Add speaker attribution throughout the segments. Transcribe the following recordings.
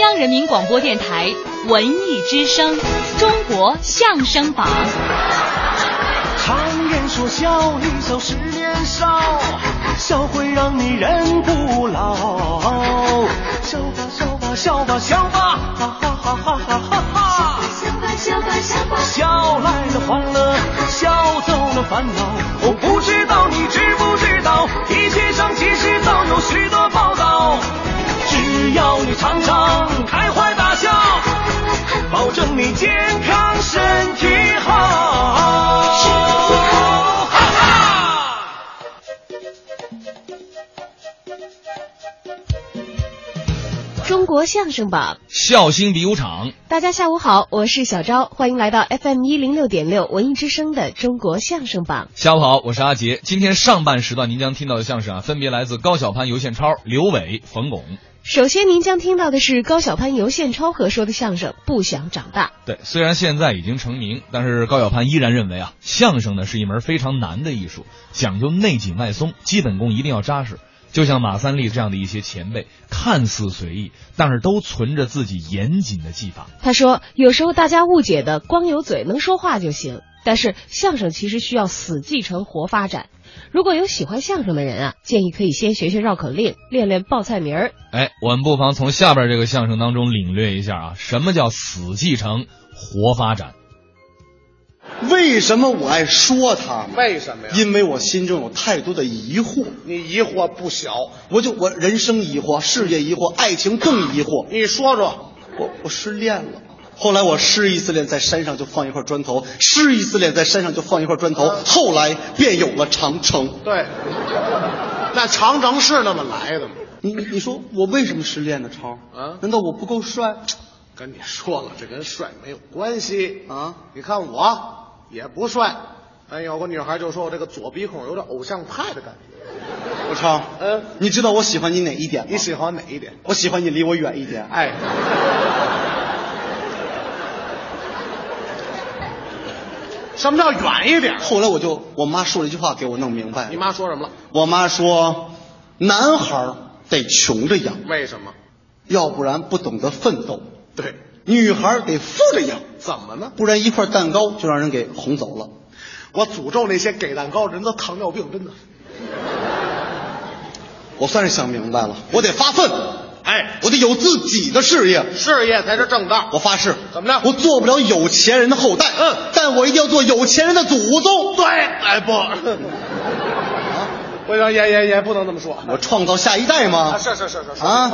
Speaker 1: 央人民广播电台文艺之声《中国相声榜》。
Speaker 2: 常言说笑一笑十年少，笑会让你人不老。笑吧笑吧笑吧笑吧，哈哈哈哈哈哈哈！
Speaker 3: 笑吧笑吧笑吧，
Speaker 2: 笑来了欢乐，笑走了烦恼。我不知道你知不知道，一切上其实早有许多报道。只要你常常开怀大笑，保证你健康身体好。哈哈！
Speaker 4: 中国相声榜，
Speaker 5: 孝心比武场，
Speaker 4: 大家下午好，我是小昭，欢迎来到 FM 一零六点六文艺之声的中国相声榜。
Speaker 5: 下午好，我是阿杰。今天上半时段您将听到的相声啊，分别来自高晓攀、尤宪超、刘伟、冯巩。
Speaker 4: 首先，您将听到的是高晓攀、尤宪超合说的相声《不想长大》。
Speaker 5: 对，虽然现在已经成名，但是高晓攀依然认为啊，相声呢是一门非常难的艺术，讲究内紧外松，基本功一定要扎实。就像马三立这样的一些前辈，看似随意，但是都存着自己严谨的技法。
Speaker 4: 他说，有时候大家误解的光有嘴能说话就行，但是相声其实需要死继承活发展。如果有喜欢相声的人啊，建议可以先学学绕口令，练练报菜名儿。
Speaker 5: 哎，我们不妨从下边这个相声当中领略一下啊，什么叫死继承，活发展。
Speaker 6: 为什么我爱说他们？
Speaker 7: 为什么呀？
Speaker 6: 因为我心中有太多的疑惑，
Speaker 7: 你疑惑不小，
Speaker 6: 我就我人生疑惑，事业疑惑，爱情更疑惑。
Speaker 7: 你说说，
Speaker 6: 我我失恋了，后来我失一次恋，在山上就放一块砖头，失一次恋，在山上就放一块砖头，后来便有了长城。
Speaker 7: 嗯对，那长城是那么来的吗？
Speaker 6: 你你你说我为什么失恋呢？超
Speaker 7: 啊
Speaker 6: 难道我不够帅？
Speaker 7: 跟你说了，这跟帅没有关系
Speaker 6: 啊！
Speaker 7: 你看我也不帅，哎，有个女孩就说我这个左鼻孔有点偶像派的感觉。
Speaker 6: 我超，
Speaker 7: 嗯
Speaker 6: 你知道我喜欢你哪一点吗？
Speaker 7: 你喜欢哪一点？
Speaker 6: 我喜欢你离我远一点。
Speaker 7: 哎，什么叫远一点？
Speaker 6: 后来我就我妈说了一句话给我弄明白了
Speaker 7: 你妈说什么了？
Speaker 6: 我妈说，男孩儿得穷着养，
Speaker 7: 为什么？
Speaker 6: 要不然不懂得奋斗；
Speaker 7: 对，
Speaker 6: 女孩儿得富着养，
Speaker 7: 怎么呢？
Speaker 6: 不然一块蛋糕就让人给哄走了。
Speaker 7: 我诅咒那些给蛋糕人都糖尿病，真的。
Speaker 6: 我算是想明白了，我得发奋，
Speaker 7: 哎，
Speaker 6: 我得有自己的事业。
Speaker 7: 事业才是正道。
Speaker 6: 我发誓，
Speaker 7: 怎么着
Speaker 6: 我做不了有钱人的后代，
Speaker 7: 嗯
Speaker 6: 但我一定要做有钱人的祖宗。
Speaker 7: 对，哎不，不行，也也也不能这么说。
Speaker 6: 我创造下一代
Speaker 7: 啊，
Speaker 6: 嘛。
Speaker 7: 是是是是是
Speaker 6: 啊，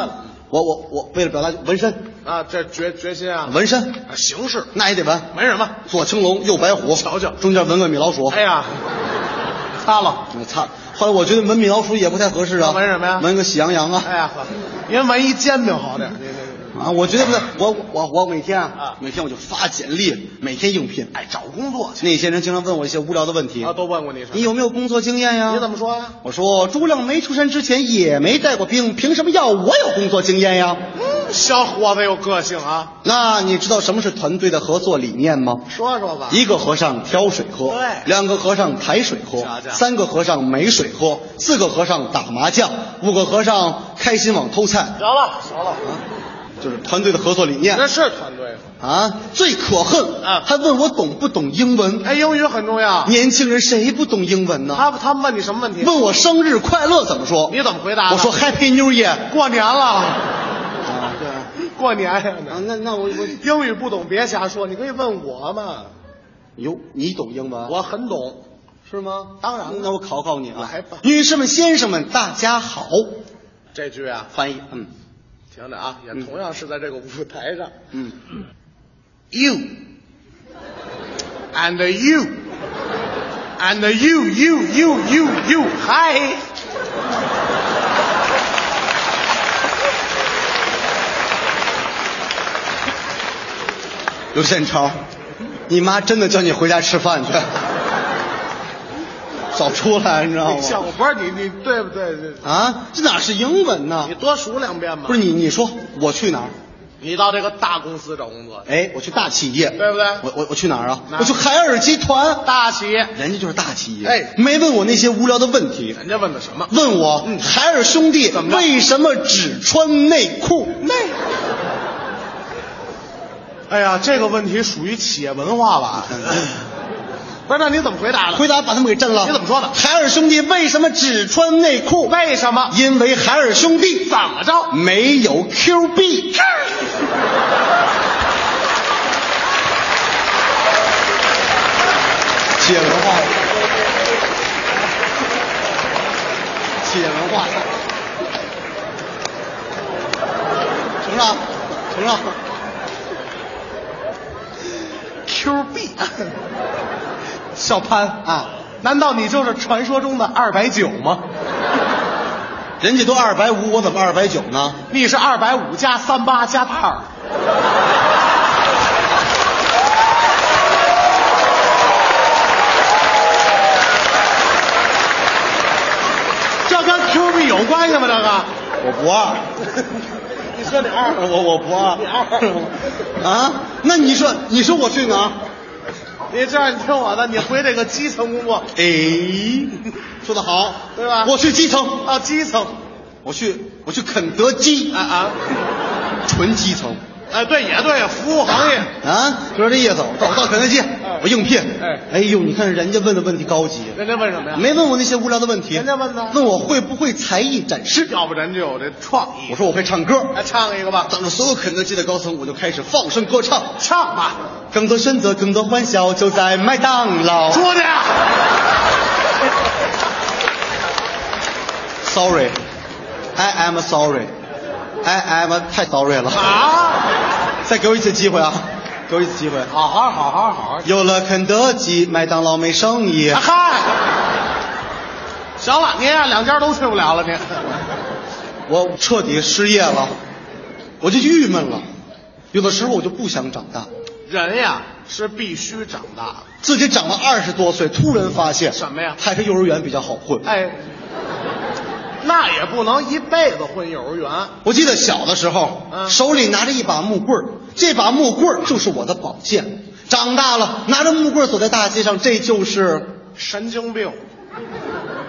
Speaker 6: 我我我为了表达纹身，
Speaker 7: 啊，这决决心啊，
Speaker 6: 纹身
Speaker 7: 啊形式
Speaker 6: 那也得纹，
Speaker 7: 没什么。
Speaker 6: 左青龙，右白虎，
Speaker 7: 瞧瞧
Speaker 6: 中间纹个米老鼠。
Speaker 7: 哎呀，
Speaker 6: 擦了，我擦。后来我觉得纹米老鼠也不太合适啊，
Speaker 7: 纹什么呀
Speaker 6: 纹个喜羊羊啊。
Speaker 7: 哎呀，您纹一煎饼好点。您这
Speaker 6: 啊，我觉得不是，我我我每天啊
Speaker 7: 啊，
Speaker 6: 每天我就发简历，每天应聘。
Speaker 7: 哎，找工作去
Speaker 6: 那些人经常问我一些无聊的问题
Speaker 7: 啊，都问过你是？
Speaker 6: 你有没有工作经验呀？
Speaker 7: 你怎么？说呀？
Speaker 6: 我说朱亮没出山之前也没带过兵，凭什么要我有工作经验呀？
Speaker 7: 嗯小伙子有个性啊，
Speaker 6: 那你知道什么是团队的合作理念吗？
Speaker 7: 说说吧。
Speaker 6: 一个和尚挑水喝，
Speaker 7: 啊对啊
Speaker 6: 两个和尚抬水喝
Speaker 7: 瞧，瞧
Speaker 6: 三个和尚没水喝，四个和尚打麻将，五个和尚开心网偷菜，
Speaker 7: 行了行了，
Speaker 6: 就是团队的合作理念
Speaker 7: 那是团队吗。
Speaker 6: 啊。最可恨
Speaker 7: 啊
Speaker 6: 还问我懂不懂英文？
Speaker 7: 哎，英语很重要。
Speaker 6: 年轻人谁不懂英文呢？
Speaker 7: 他他们问你什么问题？
Speaker 6: 问我生日快乐怎么说？
Speaker 7: 你怎么回答的？
Speaker 6: 我说 Happy New Year。
Speaker 7: 过年了，
Speaker 6: 啊，对
Speaker 7: 过年呀。
Speaker 6: 啊，那那我我
Speaker 7: 英语不懂别瞎说，你可以问我嘛，
Speaker 6: 哟，你懂英文？
Speaker 7: 我很懂。
Speaker 6: 是吗？
Speaker 7: 当然了
Speaker 6: 那我考考你啊
Speaker 7: 来吧，
Speaker 6: 女士们、先生们，大家好。
Speaker 7: 这句啊，
Speaker 6: 翻译，嗯
Speaker 7: 听着啊，也同样是在这个舞台上。
Speaker 6: 嗯。
Speaker 7: You and you and you you you you you hi。
Speaker 6: 刘宪超，你妈真的叫你回家吃饭去， 早出来你知道
Speaker 7: 你笑
Speaker 6: 吗？
Speaker 7: 话不是你你对不对？对
Speaker 6: 啊，这哪是英文呢
Speaker 7: 你？多数两遍吧。
Speaker 6: 不是你，你说我去哪儿？
Speaker 7: 你到这个大公司找工作，
Speaker 6: 哎，我去大企业，
Speaker 7: 对不对
Speaker 6: 我我我去哪儿啊？
Speaker 7: 哪儿
Speaker 6: 我去海尔集团，
Speaker 7: 大企业，
Speaker 6: 人家就是大企业，
Speaker 7: 哎
Speaker 6: 没问我那些无聊的问题，
Speaker 7: 人家问的什么？嗯
Speaker 6: 问我、海尔兄弟
Speaker 7: 怎么着
Speaker 6: 为什么只穿内裤？内
Speaker 7: 哎呀，这个问题属于企业文化吧？不嗯是，那你怎么回答的？
Speaker 6: 回答把他们给震了。
Speaker 7: 你怎么说的
Speaker 6: 海尔兄弟为什么只穿内裤？
Speaker 7: 为什么？
Speaker 6: 因为海尔兄弟
Speaker 7: 怎么着？
Speaker 6: 没有 Q 币。企业文化，企业文化，承让，承让。Q 币，
Speaker 7: 小潘
Speaker 6: 啊
Speaker 7: 难道你就是传说中的二百九吗？
Speaker 6: 人家都二百五，我怎么二百九呢？
Speaker 7: 你是二百五加三八加二，这跟 Q 币有关系吗？这个
Speaker 6: 我不二。你说你二，我我不二，你二啊？那你说，你说我去哪儿？
Speaker 7: 你这样你听我的，你回这个基层工作
Speaker 6: 哎，说得好，
Speaker 7: 对吧
Speaker 6: 我去基层，
Speaker 7: 啊，基层
Speaker 6: 我去，我去肯德基
Speaker 7: 啊，啊，
Speaker 6: 纯基层
Speaker 7: 哎，对也对，服务行业
Speaker 6: 啊，就是这意思。我到我到肯德基，我应聘。
Speaker 7: 哎
Speaker 6: 哎呦，你看人家问的问题高级，
Speaker 7: 人家问什么呀？
Speaker 6: 没问我那些无聊的问题，
Speaker 7: 人家问的
Speaker 6: 问我会不会才艺展示。
Speaker 7: 要不咱就有这创意。
Speaker 6: 我说我会唱歌，
Speaker 7: 来唱一个吧，
Speaker 6: 当着所有肯德基的高层，我就开始放声歌唱。
Speaker 7: 唱吧，
Speaker 6: 更多选择，更多欢笑，就在麦当劳。
Speaker 7: 出去。
Speaker 6: Sorry, I am sorry, I am 太 sorry 了。
Speaker 7: 啊，
Speaker 6: 再给我一次机会啊！给我一次机会。
Speaker 7: 好好好好好。
Speaker 6: 有了肯德基，麦当劳没生意。
Speaker 7: 啊嗨，行了，您呀，两家都去不了了，您。
Speaker 6: 我彻底失业了，我就郁闷了。有的时候我就不想长大，
Speaker 7: 人呀是必须长大的，
Speaker 6: 自己长了二十多岁，突然发现
Speaker 7: 什么呀
Speaker 6: 还是幼儿园比较好混。
Speaker 7: 哎，那也不能一辈子混幼儿园。
Speaker 6: 我记得小的时候，
Speaker 7: 嗯
Speaker 6: 手里拿着一把木棍儿，这把木棍儿就是我的宝剑。长大了，拿着木棍儿走在大街上，这就是
Speaker 7: 神经病，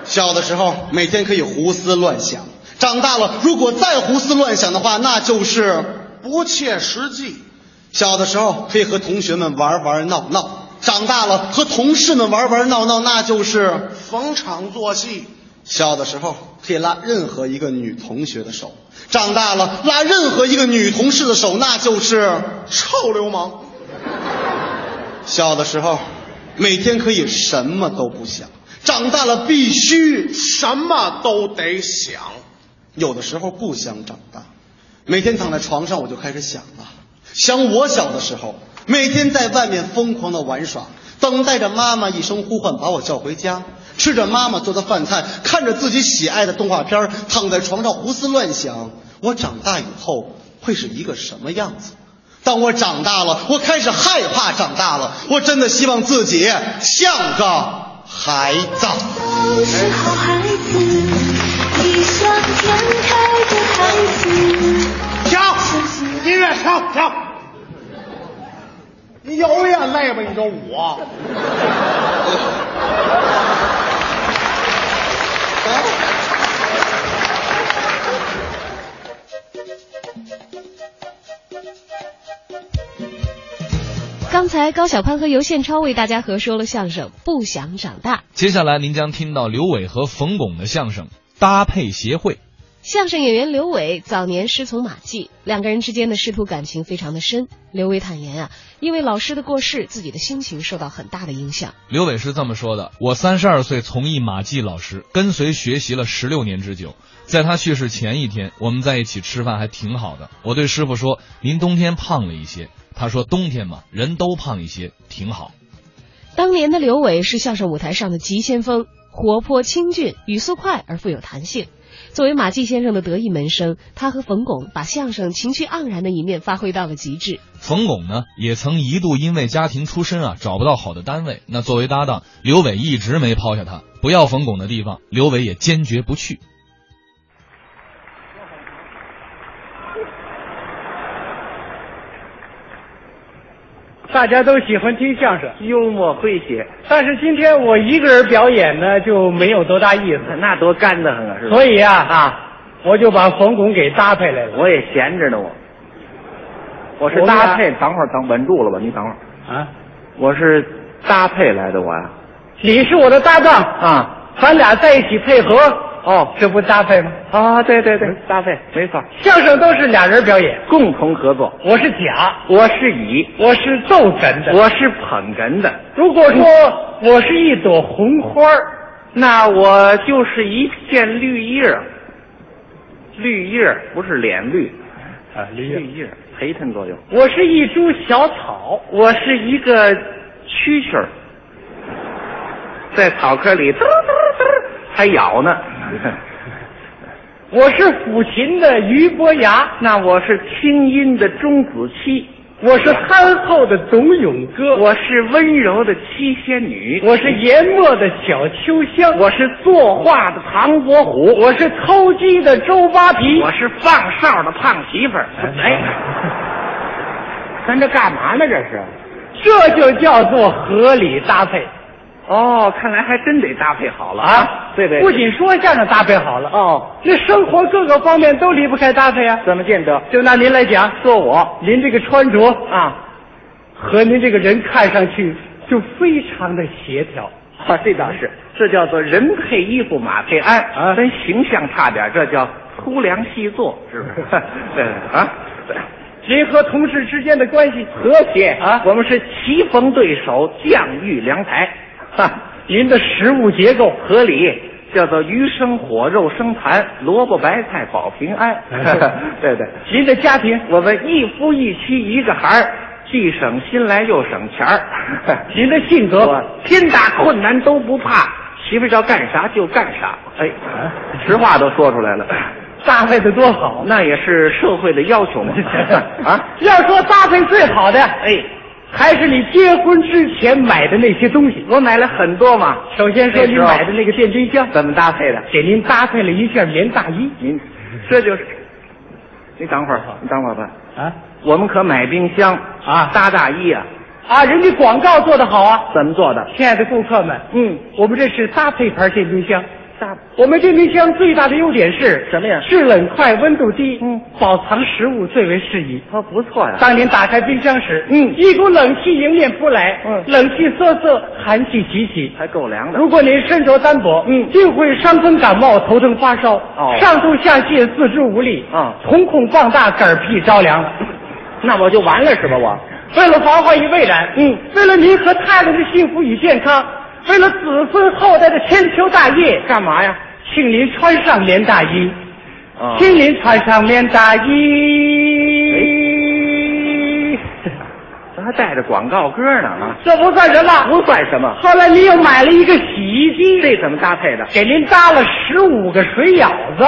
Speaker 6: 小的时候每天可以胡思乱想。长大了，如果再胡思乱想的话，那就是
Speaker 7: 不切实际。
Speaker 6: 小的时候可以和同学们玩玩闹闹，长大了和同事们玩玩闹闹，那就是
Speaker 7: 逢场作戏，
Speaker 6: 小的时候可以拉任何一个女同学的手，长大了拉任何一个女同事的手，那就是
Speaker 7: 臭流 氓。
Speaker 6: 小的时候每天可以什么都不想，长大了必须
Speaker 7: 什么都得想，
Speaker 6: 有的时候不想长大，每天躺在床上我就开始想了，想我小的时候，每天在外面疯狂的玩耍，等待着妈妈一声呼唤把我叫回家，吃着妈妈做的饭菜，看着自己喜爱的动画片儿，躺在床上胡思乱想，我长大以后会是一个什么样子？当我长大了，我开始害怕长大了，我真的希望自己像个孩子。
Speaker 3: 都是好孩子，异想天开的孩子。
Speaker 7: 停！音乐停停！你有眼泪吧？你就我，
Speaker 4: 刚才高晓攀和尤宪超为大家合说了相声《不想长大》，
Speaker 5: 接下来您将听到刘伟和冯巩的相声《搭配协会》。
Speaker 4: 相声演员刘伟早年师从马季，两个人之间的师徒感情非常的深。刘伟坦言啊，因为老师的过世，自己的心情受到很大的影响。
Speaker 5: 刘伟是这么说的：“我三十二岁从艺马季老师，跟随学习了十六年之久。在他去世前一天，我们在一起吃饭还挺好的。我对师傅说：‘您冬天胖了一些。’他说：‘冬天嘛，人都胖一些，挺好。
Speaker 4: 当年的刘伟是相声舞台上的急先锋，活泼清俊，语速快而富有弹性。作为马季先生的得意门生，他和冯巩把相声情趣盎然的一面发挥到了极致。’
Speaker 5: 冯巩呢，也曾一度因为家庭出身啊，找不到好的单位。那作为搭档，刘伟一直没抛下他。不要冯巩的地方，刘伟也坚决不去。
Speaker 8: 大家都喜欢听相声，
Speaker 9: 幽默诙谐，
Speaker 8: 但是今天我一个人表演呢，就没有多大意思，
Speaker 9: 那多干得很啊！是吧？
Speaker 8: 所以啊，
Speaker 9: 啊，
Speaker 8: 我就把冯巩给搭配来了。
Speaker 9: 我也闲着呢，我我是搭配，等会儿等稳住了吧，你等会儿，
Speaker 8: 啊，
Speaker 9: 我是搭配来的我啊呀，
Speaker 8: 你是我的搭档，
Speaker 9: 啊
Speaker 8: 咱俩在一起配合，
Speaker 9: 哦
Speaker 8: 这不搭配吗？
Speaker 9: 啊，对对对，搭配没错，
Speaker 8: 相声都是俩人表演，
Speaker 9: 共同合作，
Speaker 8: 我是甲，
Speaker 9: 我是乙，
Speaker 8: 我是奏哏的，
Speaker 9: 我是捧哏的，
Speaker 8: 如果说我是一朵红花儿
Speaker 9: 那我就是一片绿叶儿，绿叶儿不是脸绿，
Speaker 8: 啊，
Speaker 9: 绿叶儿陪衬作用。
Speaker 8: 我是一株小草，
Speaker 9: 我是一个蛐蛐儿，在草壳里嘚儿嘚儿嘚儿还咬呢。
Speaker 8: 我是抚琴的俞伯牙，
Speaker 9: 那我是清音的钟子期，
Speaker 8: 我是憨厚的董永哥，
Speaker 9: 我是温柔的七仙女，
Speaker 8: 我是研墨的小秋香，
Speaker 9: 我是作画的唐伯虎，
Speaker 8: 我是偷鸡的周扒皮，
Speaker 9: 我是放哨的胖媳妇儿。哎，咱这干嘛呢？这是？
Speaker 8: 这就叫做合理搭配
Speaker 9: 哦，看来还真得搭配好了
Speaker 8: 啊！
Speaker 9: 对对，
Speaker 8: 不仅说相声搭配好了，
Speaker 9: 哦，
Speaker 8: 那生活各个方面都离不开搭配啊。
Speaker 9: 怎么见得？
Speaker 8: 就拿您来讲，
Speaker 9: 说我
Speaker 8: 您这个穿着
Speaker 9: 啊。
Speaker 8: 和您这个人看上去就非常的协调。
Speaker 9: 啊，这倒是，这叫做人配衣服，马配鞍
Speaker 8: 啊
Speaker 9: 跟形象差点，这叫粗粮细作，是 不是？对啊，对
Speaker 8: 您和同事之间的关系
Speaker 9: 和谐
Speaker 8: 啊
Speaker 9: 我们是棋逢对手，将遇良才， 哈，
Speaker 8: 您的食物结构
Speaker 9: 合理。叫做鱼生火，肉生盘，萝卜白菜保 平安。对对，
Speaker 8: 您的家庭，
Speaker 9: 我们一夫一妻一个孩儿，既省心来又省钱儿。
Speaker 8: 您的性
Speaker 9: 我
Speaker 8: 格，
Speaker 9: 天大困难都不怕，媳妇儿要干啥就干啥。哎，
Speaker 8: 啊
Speaker 9: 实话都说 出来了，
Speaker 8: 搭配的多好。
Speaker 9: 那也是社会的要求嘛。 啊，
Speaker 8: 要说搭配最好的，哎，还是你结婚之前买的那些东西。
Speaker 9: 我买了很多嘛。
Speaker 8: 首先说
Speaker 9: 那
Speaker 8: 你
Speaker 9: 时候
Speaker 8: 买的那个电冰箱，
Speaker 9: 怎么搭配的？
Speaker 8: 给您搭配了一件棉大衣
Speaker 9: 您，这就是。你等会儿，你等会儿吧。
Speaker 8: 啊
Speaker 9: 我们可买冰箱
Speaker 8: 啊
Speaker 9: 搭大衣啊，
Speaker 8: 啊！人家广告做得好啊，
Speaker 9: 怎么做的？
Speaker 8: 亲爱的顾客们，
Speaker 9: 嗯，
Speaker 8: 我们这是搭配牌电冰箱。
Speaker 9: 搭
Speaker 8: 我们电冰箱最大的优点是
Speaker 9: 什么呀
Speaker 8: 制冷快，温度低，嗯，保藏食物最为适宜。
Speaker 9: 哦不错呀。
Speaker 8: 当您打开冰箱时，
Speaker 9: 嗯
Speaker 8: 一股冷气迎面扑来，
Speaker 9: 嗯
Speaker 8: 冷气瑟瑟，寒气袭袭。
Speaker 9: 还够凉的。
Speaker 8: 如果您身着单薄，
Speaker 9: 嗯
Speaker 8: 定会伤风感冒、头疼发烧，
Speaker 9: 哦
Speaker 8: 上吐下泻、四肢无力，
Speaker 9: 啊
Speaker 8: 瞳孔放大、嗝屁着凉。
Speaker 9: 那我就完了是吧？我
Speaker 8: 为了防患于未然，嗯，为了您和太太的幸福与健康，为了子孙后代的千秋大业，
Speaker 9: 干嘛呀？
Speaker 8: 请您穿上棉大衣，
Speaker 9: 啊
Speaker 8: 请您穿上棉大衣。
Speaker 9: 哎咱还带着广告歌呢啊！
Speaker 8: 这不算什么，
Speaker 9: 不算什么。
Speaker 8: 后来您又买了一个洗衣机，
Speaker 9: 这怎么搭配的？哎
Speaker 8: 给您搭了十五个水舀子。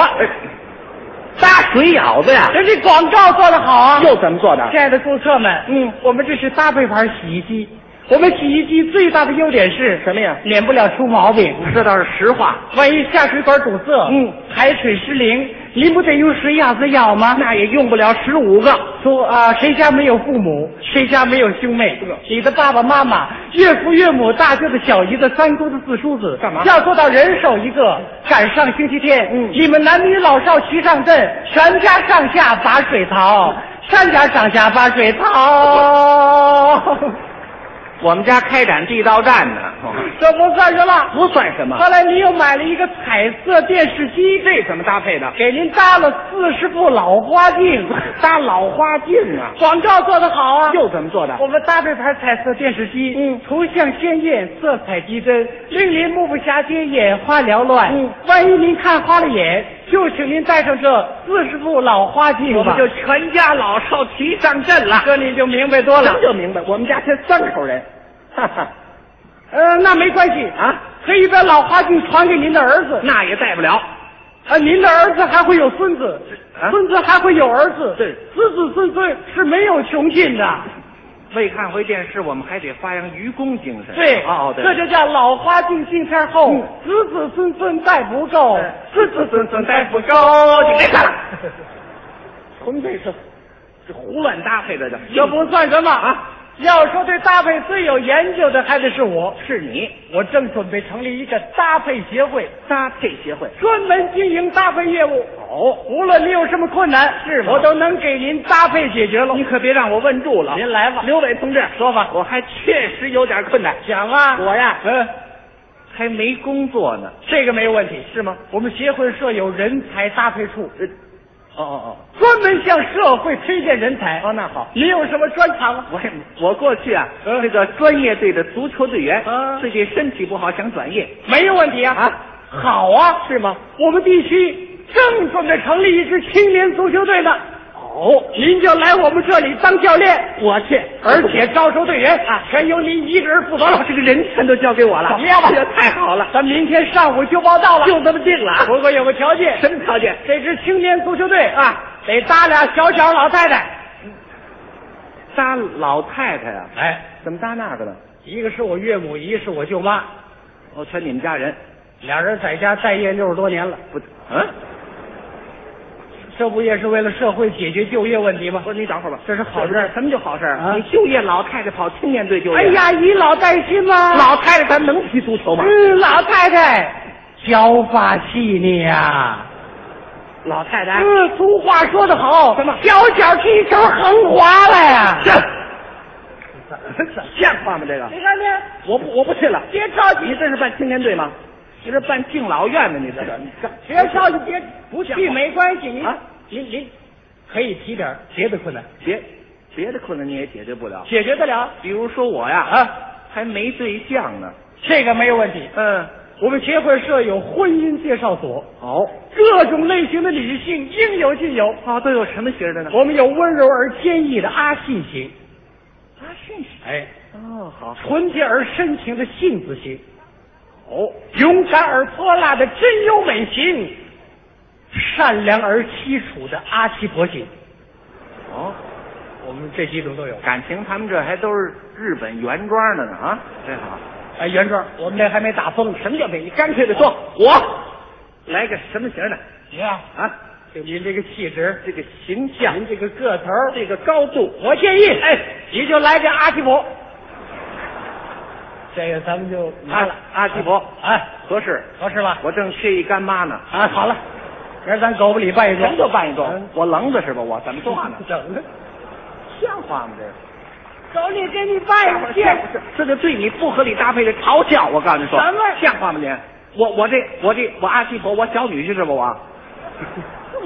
Speaker 9: 搭水舀子呀
Speaker 8: 人家广告做得好啊！
Speaker 9: 又怎么做的？
Speaker 8: 亲爱的顾客们，
Speaker 9: 嗯，
Speaker 8: 我们这是搭配牌洗衣机。我们洗衣机最大的优点是
Speaker 9: 什么呀
Speaker 8: 免不了出毛病，
Speaker 9: 这倒是实话。
Speaker 8: 万一下水管堵塞，
Speaker 9: 嗯，
Speaker 8: 排水失灵，您不得用水舀子舀吗？
Speaker 9: 那也用不了十五个。
Speaker 8: 说啊、谁家没有父母？谁家没有兄妹？你的爸爸妈妈、岳父岳母、大舅子、小姨子、三姑子、四叔子，
Speaker 9: 干嘛
Speaker 8: 要做到人手一个，赶上星期天，
Speaker 9: 嗯
Speaker 8: 你们男女老少齐上阵，全家上下把水淘，全家上下把水淘。
Speaker 9: 我们家开展地道战呢，
Speaker 8: 这哦不算什么。
Speaker 9: 不算什么
Speaker 8: 后来你又买了一个彩色电视机，
Speaker 9: 这怎么搭配的？
Speaker 8: 给您搭了四十副老花镜，
Speaker 9: 搭老花镜啊，
Speaker 8: 广告做得好啊！
Speaker 9: 又怎么做的？
Speaker 8: 我们搭配牌彩色电视机，
Speaker 9: 嗯
Speaker 8: 图像鲜艳，色彩逼真，令您目不暇接，眼花缭乱。嗯，万一您看花了眼，就请您戴上这四十副老花镜
Speaker 9: 我
Speaker 8: 吧
Speaker 9: 们就全家老少齐上阵了。
Speaker 8: 这你就明白多了
Speaker 9: 这。就明白，我们家才三口人。哈哈，
Speaker 8: 呃，那没关系啊，
Speaker 9: 啊，
Speaker 8: 可以把老花镜传给您的儿子，
Speaker 9: 那也带不了。
Speaker 8: 啊，您的儿子还会有孙子，
Speaker 9: 啊
Speaker 8: 孙子还会有儿子，
Speaker 9: 对
Speaker 8: 子子孙孙是没有穷尽的。
Speaker 9: 为看回电视，我们还得发扬愚公精神。
Speaker 8: 对，
Speaker 9: 哦对，
Speaker 8: 这就叫老花镜镜片厚，子子孙孙带不够，
Speaker 10: 哎
Speaker 9: 子子孙孙带不
Speaker 8: 哦
Speaker 9: 高，你别看 了，纯粹是这胡乱搭配的，
Speaker 10: 嗯
Speaker 8: 这不算什么
Speaker 9: 啊！
Speaker 8: 要说对搭配最有研究的还得是我，
Speaker 10: 是你
Speaker 8: 我正准备成立一个搭配协会，
Speaker 10: 搭配协会。
Speaker 8: 专门经营搭配业务。
Speaker 10: 哦
Speaker 8: 无论您有什么困难，
Speaker 10: 是吗
Speaker 8: 我都能给您搭配解决了。
Speaker 10: 你可别让我问住了。
Speaker 8: 您来吧
Speaker 10: 刘伟同志，
Speaker 8: 说吧
Speaker 10: 我还确实有点困难，
Speaker 8: 讲啊，
Speaker 10: 我呀
Speaker 8: 嗯，
Speaker 10: 还没工作呢。
Speaker 8: 这个没问题。
Speaker 10: 是吗？
Speaker 8: 我们协会设有人才搭配处，
Speaker 10: 哦哦
Speaker 8: 专门向社会推荐人才。
Speaker 10: 哦，哦，那好。
Speaker 8: 您有什么专长吗？
Speaker 10: 我也我过去啊，
Speaker 8: 嗯
Speaker 10: 这个专业队的足球队员，
Speaker 8: 啊
Speaker 10: 自己身体不好想转业，
Speaker 8: 没有问题啊。
Speaker 10: 啊
Speaker 8: 好啊，
Speaker 10: 是吗？
Speaker 8: 我们地区正准备成立一支青年足球队呢。哦，您就来我们这里当教练，
Speaker 10: 我去，
Speaker 8: 而且招收队员啊，全由您一个人负责
Speaker 10: 把
Speaker 8: 了。
Speaker 10: 哦这个人全都交给我了，
Speaker 8: 怎么样吧
Speaker 10: 这太好了，
Speaker 8: 咱明天上午就报到了。
Speaker 10: 就这么定了啊。
Speaker 8: 不过有个条件，
Speaker 10: 什么条件？
Speaker 8: 这支青年足球队
Speaker 10: 啊，
Speaker 8: 得搭俩小脚老太太。
Speaker 10: 搭老太太呀、
Speaker 8: 哎，
Speaker 10: 怎么搭那个呢？
Speaker 8: 一个是我岳母，一个是我舅妈，
Speaker 10: 哦，全你们家人，
Speaker 8: 俩人在家待业六十多年了。
Speaker 10: 不，嗯，
Speaker 8: 这不也是为了社会解决就业问题吗？
Speaker 10: 不是你等会儿吧，
Speaker 8: 这是好事儿
Speaker 10: 什么叫好事儿
Speaker 8: 啊
Speaker 10: 你就业老太太跑青年队就业，
Speaker 8: 哎，呀，以老带新嘛。
Speaker 10: 老太太咱能踢足球吗？
Speaker 8: 嗯，老太太，脚法细腻呀、
Speaker 10: 老太太，
Speaker 8: 嗯，俗话说得好，什么小脚踢球横滑了呀？
Speaker 10: 像话吗？这个，
Speaker 8: 你看见？
Speaker 10: 我不，我不去了。
Speaker 8: 别着急，
Speaker 10: 你这是办青年队吗？你这办敬老院呢？你这个，你这
Speaker 8: 别着急，别嗯不
Speaker 10: 像
Speaker 8: 去
Speaker 10: 话
Speaker 8: 没关系，您
Speaker 10: 啊
Speaker 8: 您您可以提点别的困难，
Speaker 10: 别别的困难你也解决不了。
Speaker 8: 解决得了。
Speaker 10: 比如说我呀，
Speaker 8: 啊，
Speaker 10: 还没对象呢。
Speaker 8: 这个没有问题。
Speaker 10: 嗯，
Speaker 8: 我们协会设有婚姻介绍所，
Speaker 10: 好，
Speaker 8: 各种类型的女性应有尽有。
Speaker 10: 哦，都有什么型的呢？
Speaker 8: 我们有温柔而坚毅的阿信型，
Speaker 10: 啊，是是。
Speaker 8: 哎，
Speaker 10: 哦，好。
Speaker 8: 纯洁而深情的性子型，
Speaker 10: 哦，
Speaker 8: 勇敢而泼辣的真优美型，善良而凄楚的阿奇婆型，
Speaker 10: 哦，
Speaker 8: 我们这几种都有。
Speaker 10: 感情他们这还都是日本原装的呢啊，真好。
Speaker 8: 哎，袁庄，我们这还没打风，什么叫没？你干脆的
Speaker 10: 说，我来个什么型的
Speaker 8: 您啊，
Speaker 10: 啊？
Speaker 8: 就您这个气质，
Speaker 10: 这个形象，
Speaker 8: 您这个个头，
Speaker 10: 这个高度，
Speaker 8: 我建议，
Speaker 10: 哎，
Speaker 8: 你就来个阿奇婆。这个咱们就
Speaker 10: 阿
Speaker 8: 拿了，
Speaker 10: 阿基伯
Speaker 8: 哎，
Speaker 10: 合适。
Speaker 8: 合适吧？
Speaker 10: 我正缺一干妈呢。
Speaker 8: 啊，好了，明儿咱狗不理办一桌，
Speaker 10: 什么叫办一桌
Speaker 8: 嗯？
Speaker 10: 我棱子是吧？我怎么说 话呢？
Speaker 8: 整的，
Speaker 10: 像话吗？这个。
Speaker 8: 狗理给你办一
Speaker 10: 像
Speaker 8: 件。
Speaker 10: 这这就对你不合理搭配的嘲笑，我告诉你说，
Speaker 8: 什么
Speaker 10: 像话吗您？我我这我这我阿西婆，我小女婿是吧？ 我，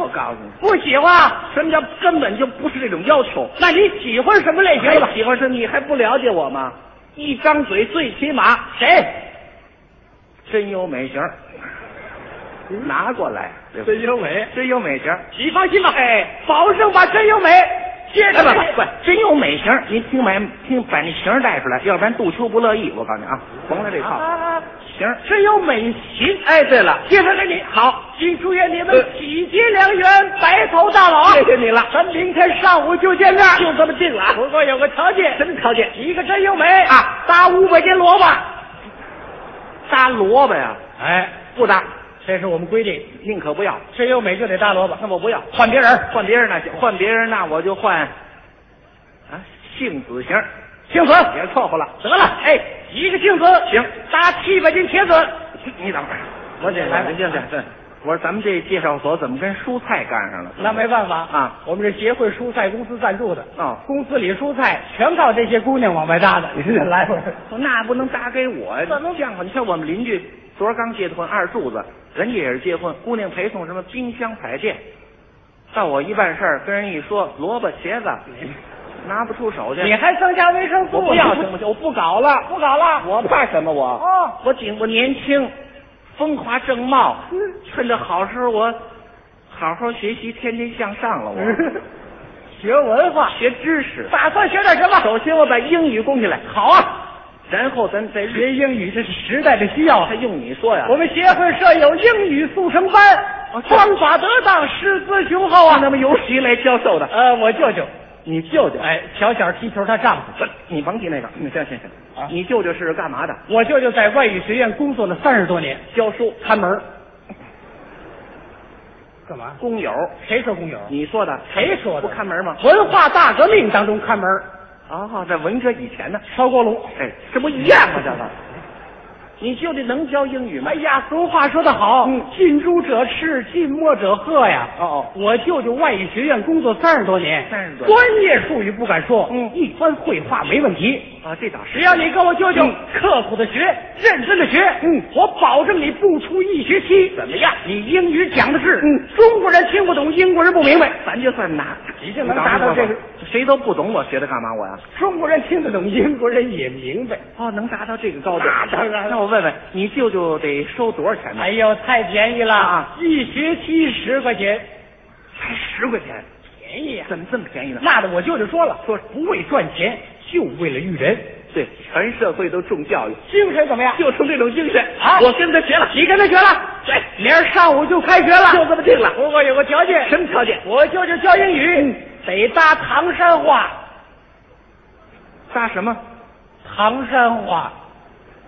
Speaker 10: 我告诉你，
Speaker 8: 不喜欢，
Speaker 10: 什么叫根本就不是这种要求？
Speaker 8: 那你喜欢什么类型
Speaker 10: 还
Speaker 8: 吧？
Speaker 10: 喜欢是你还不了解我吗？一张嘴最起码谁真优美型儿，拿过来，
Speaker 8: 嗯真优美，
Speaker 10: 真优美型儿，
Speaker 8: 你放心吧，
Speaker 10: 哎，
Speaker 8: 保证把真优美接
Speaker 10: 哎
Speaker 8: 上
Speaker 10: 不
Speaker 8: 来。
Speaker 10: 不不，真优美型儿，您听把听把那型儿带出来，要不然杜秋不乐意。我告诉你啊，甭来这套。
Speaker 8: 啊，
Speaker 10: 行，
Speaker 8: 真优美
Speaker 10: 行，哎，对了，
Speaker 8: 介绍给你。
Speaker 10: 好，
Speaker 8: 金祝愿你们
Speaker 10: 呃
Speaker 8: 喜结良缘，白头到老。
Speaker 10: 谢谢你了
Speaker 8: 咱明天上午就见面。
Speaker 10: 就这么定了啊。
Speaker 8: 不过有个条件，
Speaker 10: 什么条件？
Speaker 8: 一个真优美
Speaker 10: 啊，
Speaker 8: 搭五百斤萝卜。
Speaker 10: 搭萝卜呀？
Speaker 8: 哎，
Speaker 10: 不搭，
Speaker 8: 这是我们规定，
Speaker 10: 宁可不要。
Speaker 8: 真优美就得搭萝卜。
Speaker 10: 那我不要，
Speaker 8: 换别人，
Speaker 10: 换别人那行，换别人那我就换啊，杏子型，
Speaker 8: 幸子
Speaker 10: 也凑合了。
Speaker 8: 得了，哎，一个杏子
Speaker 10: 行，
Speaker 8: 搭七百斤茄子。
Speaker 10: 你等会儿，我得
Speaker 8: 来
Speaker 10: 来
Speaker 8: 吧
Speaker 10: 这这这，我说咱们这介绍所怎么跟蔬菜干上了？
Speaker 8: 那没办法
Speaker 10: 啊，
Speaker 8: 我们是协会蔬菜公司赞助的
Speaker 10: 哦
Speaker 8: 公司里蔬菜全靠这些姑娘往外搭 的。来会儿，
Speaker 10: 那不能搭给我呀！
Speaker 8: 怎么
Speaker 10: 像话？你看我们邻居昨儿刚结的婚，二柱子，人家也是结婚，姑娘陪送什么冰箱彩电，到我一办事儿，跟人一说萝卜茄 子，拿不出手去。
Speaker 8: 你还增加维生素？
Speaker 10: 我不要行不行？我不搞了，
Speaker 8: 不搞了。
Speaker 10: 我怕什么我？
Speaker 8: 哦
Speaker 10: 我紧我年轻，风华正茂，趁着好时候我好好学习，天天向上了我。
Speaker 8: 学文化，
Speaker 10: 学知识，
Speaker 8: 打算学点什么？
Speaker 10: 首先我把英语供起来，
Speaker 8: 好啊，
Speaker 10: 然后咱再
Speaker 8: 学英语这是时代的需要啊
Speaker 10: 还。用你说呀？
Speaker 8: 我们协会设有英语速成班
Speaker 10: 哦，这哦
Speaker 8: 方法得当，师资雄厚啊。
Speaker 10: 那么由谁来教授的？
Speaker 8: 呃，我舅舅，
Speaker 10: 你舅舅
Speaker 8: 哎，小小踢球，她丈夫。
Speaker 10: 不，你甭提那个，你行行行
Speaker 8: 啊
Speaker 10: 你舅舅是干嘛的？
Speaker 8: 我舅舅在外语学院工作了三十多年，
Speaker 10: 教书，
Speaker 8: 看门儿。干嘛？
Speaker 10: 工友。
Speaker 8: 谁说工友？
Speaker 10: 你说的？
Speaker 8: 谁说的？
Speaker 10: 不看门吗？
Speaker 8: 文化大革命当中看门儿，
Speaker 10: 哦，这文革以前呢，
Speaker 8: 烧锅炉，
Speaker 10: 哎，这不一样吗？这个，你就得能教英语吗？
Speaker 8: 哎呀，俗话说得好，近朱者赤，近墨者黑呀。
Speaker 10: 嗯哦哦
Speaker 8: 我舅舅外语学院工作三十多年，
Speaker 10: 30多年
Speaker 8: 专业术语不敢说，嗯，一般会话没问题。
Speaker 10: 啊，这倒是。嗯
Speaker 8: 只要你跟我舅舅刻苦的学，认真的学，嗯，我保证你不出一学期。怎么样？你英语讲的是，嗯，中国人听不懂，英国人不明白，
Speaker 10: 咱就算拿，
Speaker 8: 你这能达到这
Speaker 10: 等
Speaker 8: 个
Speaker 10: 会儿，谁都不懂，我学它干嘛？我呀？
Speaker 8: 中国人听得懂，英国人也明白。
Speaker 10: 哦，能达到这个高度，
Speaker 8: 那当然了
Speaker 10: 那我问问，你舅舅得收多少钱呢？
Speaker 8: 哎呦，太便宜了，
Speaker 10: 啊
Speaker 8: 一学期十块钱，
Speaker 10: 才十块钱，
Speaker 8: 便宜呀、
Speaker 10: 怎么这么便宜呢？
Speaker 8: 那的我舅舅说了，说不为赚钱，就为了育人。
Speaker 10: 对，全社会都重教育，
Speaker 8: 精神怎么样？
Speaker 10: 就冲这种精神
Speaker 8: 啊
Speaker 10: 我跟他学了，
Speaker 8: 你跟他学了？
Speaker 10: 对，
Speaker 8: 明儿上午就开学了，
Speaker 10: 就这么定了
Speaker 8: 不过有个条件，
Speaker 10: 什么条件？嗯
Speaker 8: 我舅舅教英语，得搭唐山话。
Speaker 10: 搭什么？
Speaker 8: 唐山话，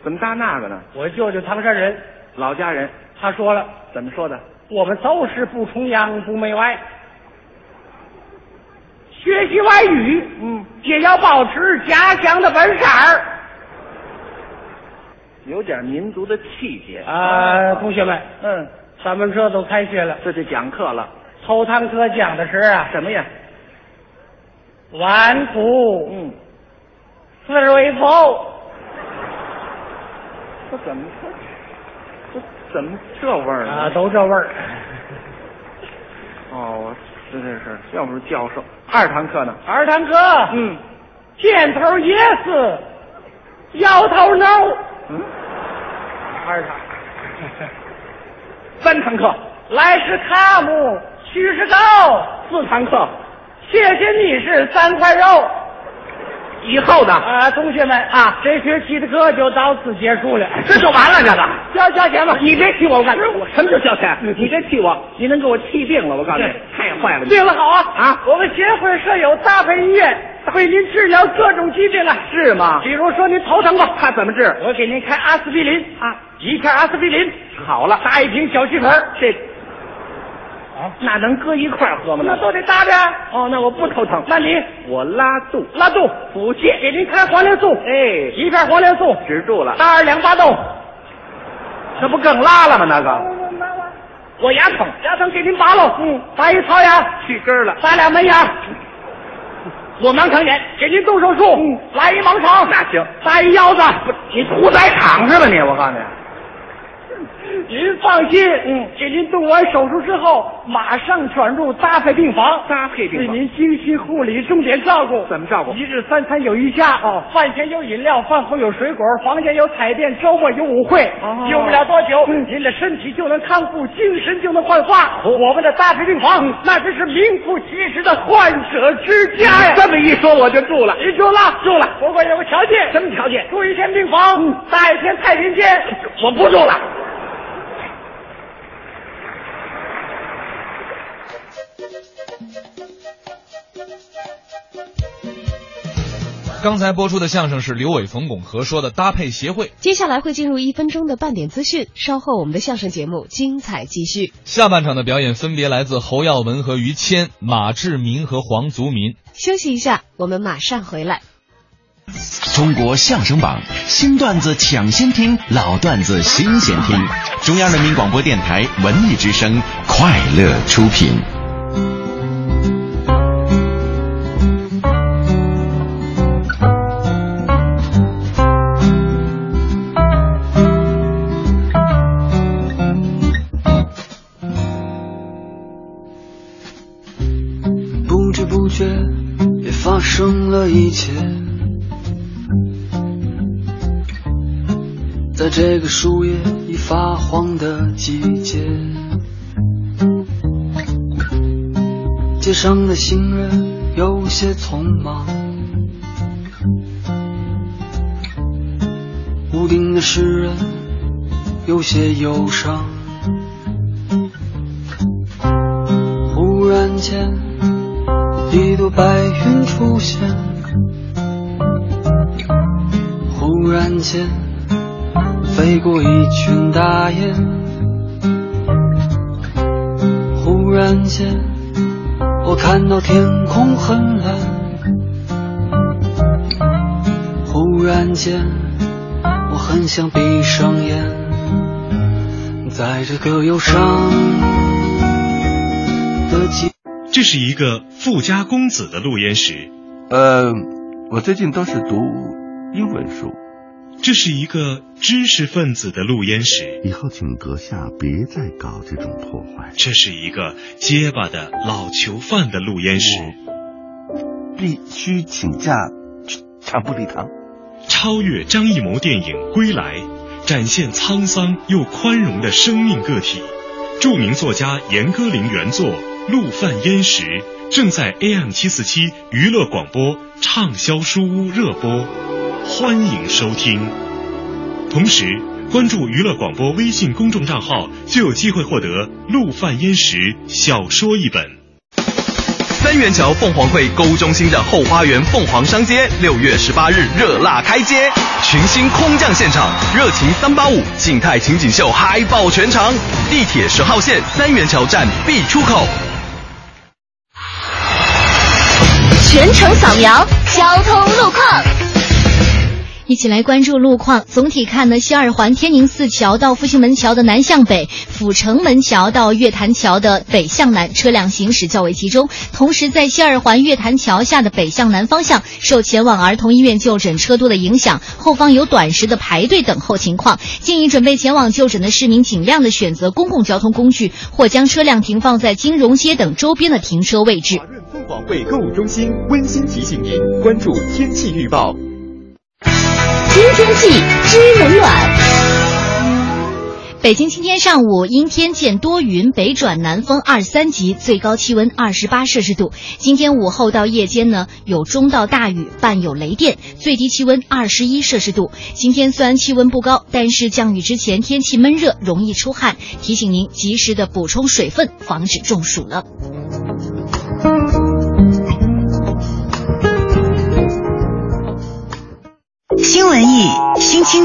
Speaker 10: 怎么搭那个呢？
Speaker 8: 我舅舅唐山人，
Speaker 10: 老家人
Speaker 8: 他说了，
Speaker 10: 怎么说的？
Speaker 8: 我们都是不崇洋不媚外，
Speaker 10: 嗯
Speaker 8: 学习外语，嗯，也要保持家乡的本色儿。
Speaker 10: 有点民族的气节
Speaker 8: 啊，同学们，
Speaker 10: 嗯，
Speaker 8: 咱们这都开学了，
Speaker 10: 这就讲课了。
Speaker 8: 头堂科讲的是啊，
Speaker 10: 什么呀？
Speaker 8: 顽固，
Speaker 10: 嗯，
Speaker 8: 四为头，
Speaker 10: 这怎么这这怎么这味儿呢？
Speaker 8: 啊，都这味儿。
Speaker 10: 哦，真的是，要不是教授，二堂课呢？
Speaker 8: 二堂哥，
Speaker 10: 嗯
Speaker 8: 箭头 yes，摇头 no。
Speaker 10: 嗯，
Speaker 8: 二堂，三堂课，来是卡姆，去是高。四堂课，谢谢你是三块肉。
Speaker 10: 以后呢？
Speaker 8: 啊，同学们啊，这学期的课就到此结束了。
Speaker 10: 这就完了，这个。
Speaker 8: 交交钱吧，
Speaker 10: 你别气我，我告诉你，我什么叫消遣
Speaker 8: 嗯？
Speaker 10: 你别气我，你能给我气病了，我告诉你
Speaker 8: 对，
Speaker 10: 太坏了你。
Speaker 8: 对了，好啊
Speaker 10: 啊
Speaker 8: 我们协会设有搭配医院，为您治疗各种疾病啊。
Speaker 10: 是吗
Speaker 8: 比？如说您头疼吧，
Speaker 10: 他怎么治？
Speaker 8: 我给您开阿司匹林
Speaker 10: 啊，
Speaker 8: 一片阿司匹林，
Speaker 10: 好了，
Speaker 8: 搭一瓶小吸盆儿，
Speaker 10: 这那能搁一块儿喝吗？
Speaker 8: 那都得搭着。啊
Speaker 10: 哦，那我不头疼。
Speaker 8: 那你
Speaker 10: 我拉肚，
Speaker 8: 拉肚，
Speaker 10: 腹泻，
Speaker 8: 给您开黄连素，
Speaker 10: 哎，
Speaker 8: 一片黄连素，
Speaker 10: 止住了，
Speaker 8: 搭二两巴豆。
Speaker 10: 那不更拉了吗？那个
Speaker 8: 我牙疼，牙疼给您拔了，嗯，拔一槽牙，
Speaker 10: 去根儿了，
Speaker 8: 拔俩门牙。我盲肠炎，给您动手术，嗯，来一盲肠，
Speaker 10: 那行。
Speaker 8: 搭一腰子，
Speaker 10: 你屠宰场是吧你？我告诉你，
Speaker 8: 您放心，嗯，给您动完手术之后，马上转入搭配病房，
Speaker 10: 搭配病
Speaker 8: 对
Speaker 10: 房
Speaker 8: 您精心护理，重点照顾。
Speaker 10: 怎么照顾
Speaker 8: 一日三餐有一家，哦，饭前有饮料，饭后有水果，房间有彩电，周末有舞会。
Speaker 10: 哦
Speaker 8: 用不了多久， 您的身体就能康复，精神就能焕发。我们的搭配病房，那真是名副其实的患者之家呀。
Speaker 10: 这么一说我就住了。
Speaker 8: 您住了，住了。不过有个条件，什么条件？住一天病房，搭一天太平间。我不住了。
Speaker 5: 刚才播出的相声是刘伟、冯巩和说的搭配协会。
Speaker 4: 接下来会进入一分钟的半点资讯，稍后我们的相声节目精彩继续。
Speaker 5: 下半场的表演分别来自侯耀文和于谦、马志明和黄族民。
Speaker 4: 休息一下，我们马上回来。
Speaker 11: 中国相声榜，新段子抢先听，老段子新鲜听。中央人民广播电台文艺之声，快乐出品。
Speaker 2: 不知不觉也发生了一切，在这个树叶已发黄的季节，街上的行人有些匆忙，屋顶的诗人有些忧伤。忽然间，一朵白云出现。忽然间，飞过一群大雁。忽然间，我看到天空很蓝。
Speaker 12: 然间，我很想闭上眼，在这个忧伤的季。
Speaker 13: 这是一个富家公子的录音室。
Speaker 14: 呃，我最近都是读英文书。
Speaker 13: 这是一个知识分子的录音室。
Speaker 15: 以后请阁下别再搞这种破坏。
Speaker 13: 这是一个结巴的老囚犯的录音室。
Speaker 14: 必须请假去查布礼堂。
Speaker 13: 超越张艺谋电影《归来》，展现沧桑又宽容的生命个体。著名作家严歌苓原作《陆犯焉识》正在 AM 七四七娱乐广播畅销书屋热播，欢迎收听。同时，关注娱乐广播微信公众账号，就有机会获得《陆犯焉识》小说一本。
Speaker 16: 三元桥凤凰汇购物中心的后花园凤凰商街，六月十八日热辣开街，群星空降现场，热情三八五，静态情景秀嗨爆全场。地铁十号线三元桥站 B 出口。
Speaker 1: 全程扫描交通路况。一起来关注路况。总体看呢，西二环天宁寺桥到复兴门桥的南向北，阜成门桥到月坛桥的北向南，车辆行驶较为集中。同时，在西二环月坛桥下的北向南方向，受前往儿童医院就诊车多的影响，后方有短时的排队等候情况。建议准备前往就诊的市民尽量的选择公共交通工具，或将车辆停放在金融街等周边的停车位置。
Speaker 16: 凤凰汇购物中心温馨提醒您关注天气预报。
Speaker 1: 知天气，知冷暖。北京今天上午阴天见多云，北转南风二三级，最高气温二十八摄氏度。今天午后到夜间呢，有中到大雨，伴有雷电，最低气温二十一摄氏度。今天虽然气温不高，但是降雨之前天气闷热，容易出汗，提醒您及时的补充水分，防止中暑了。
Speaker 17: 新文艺新青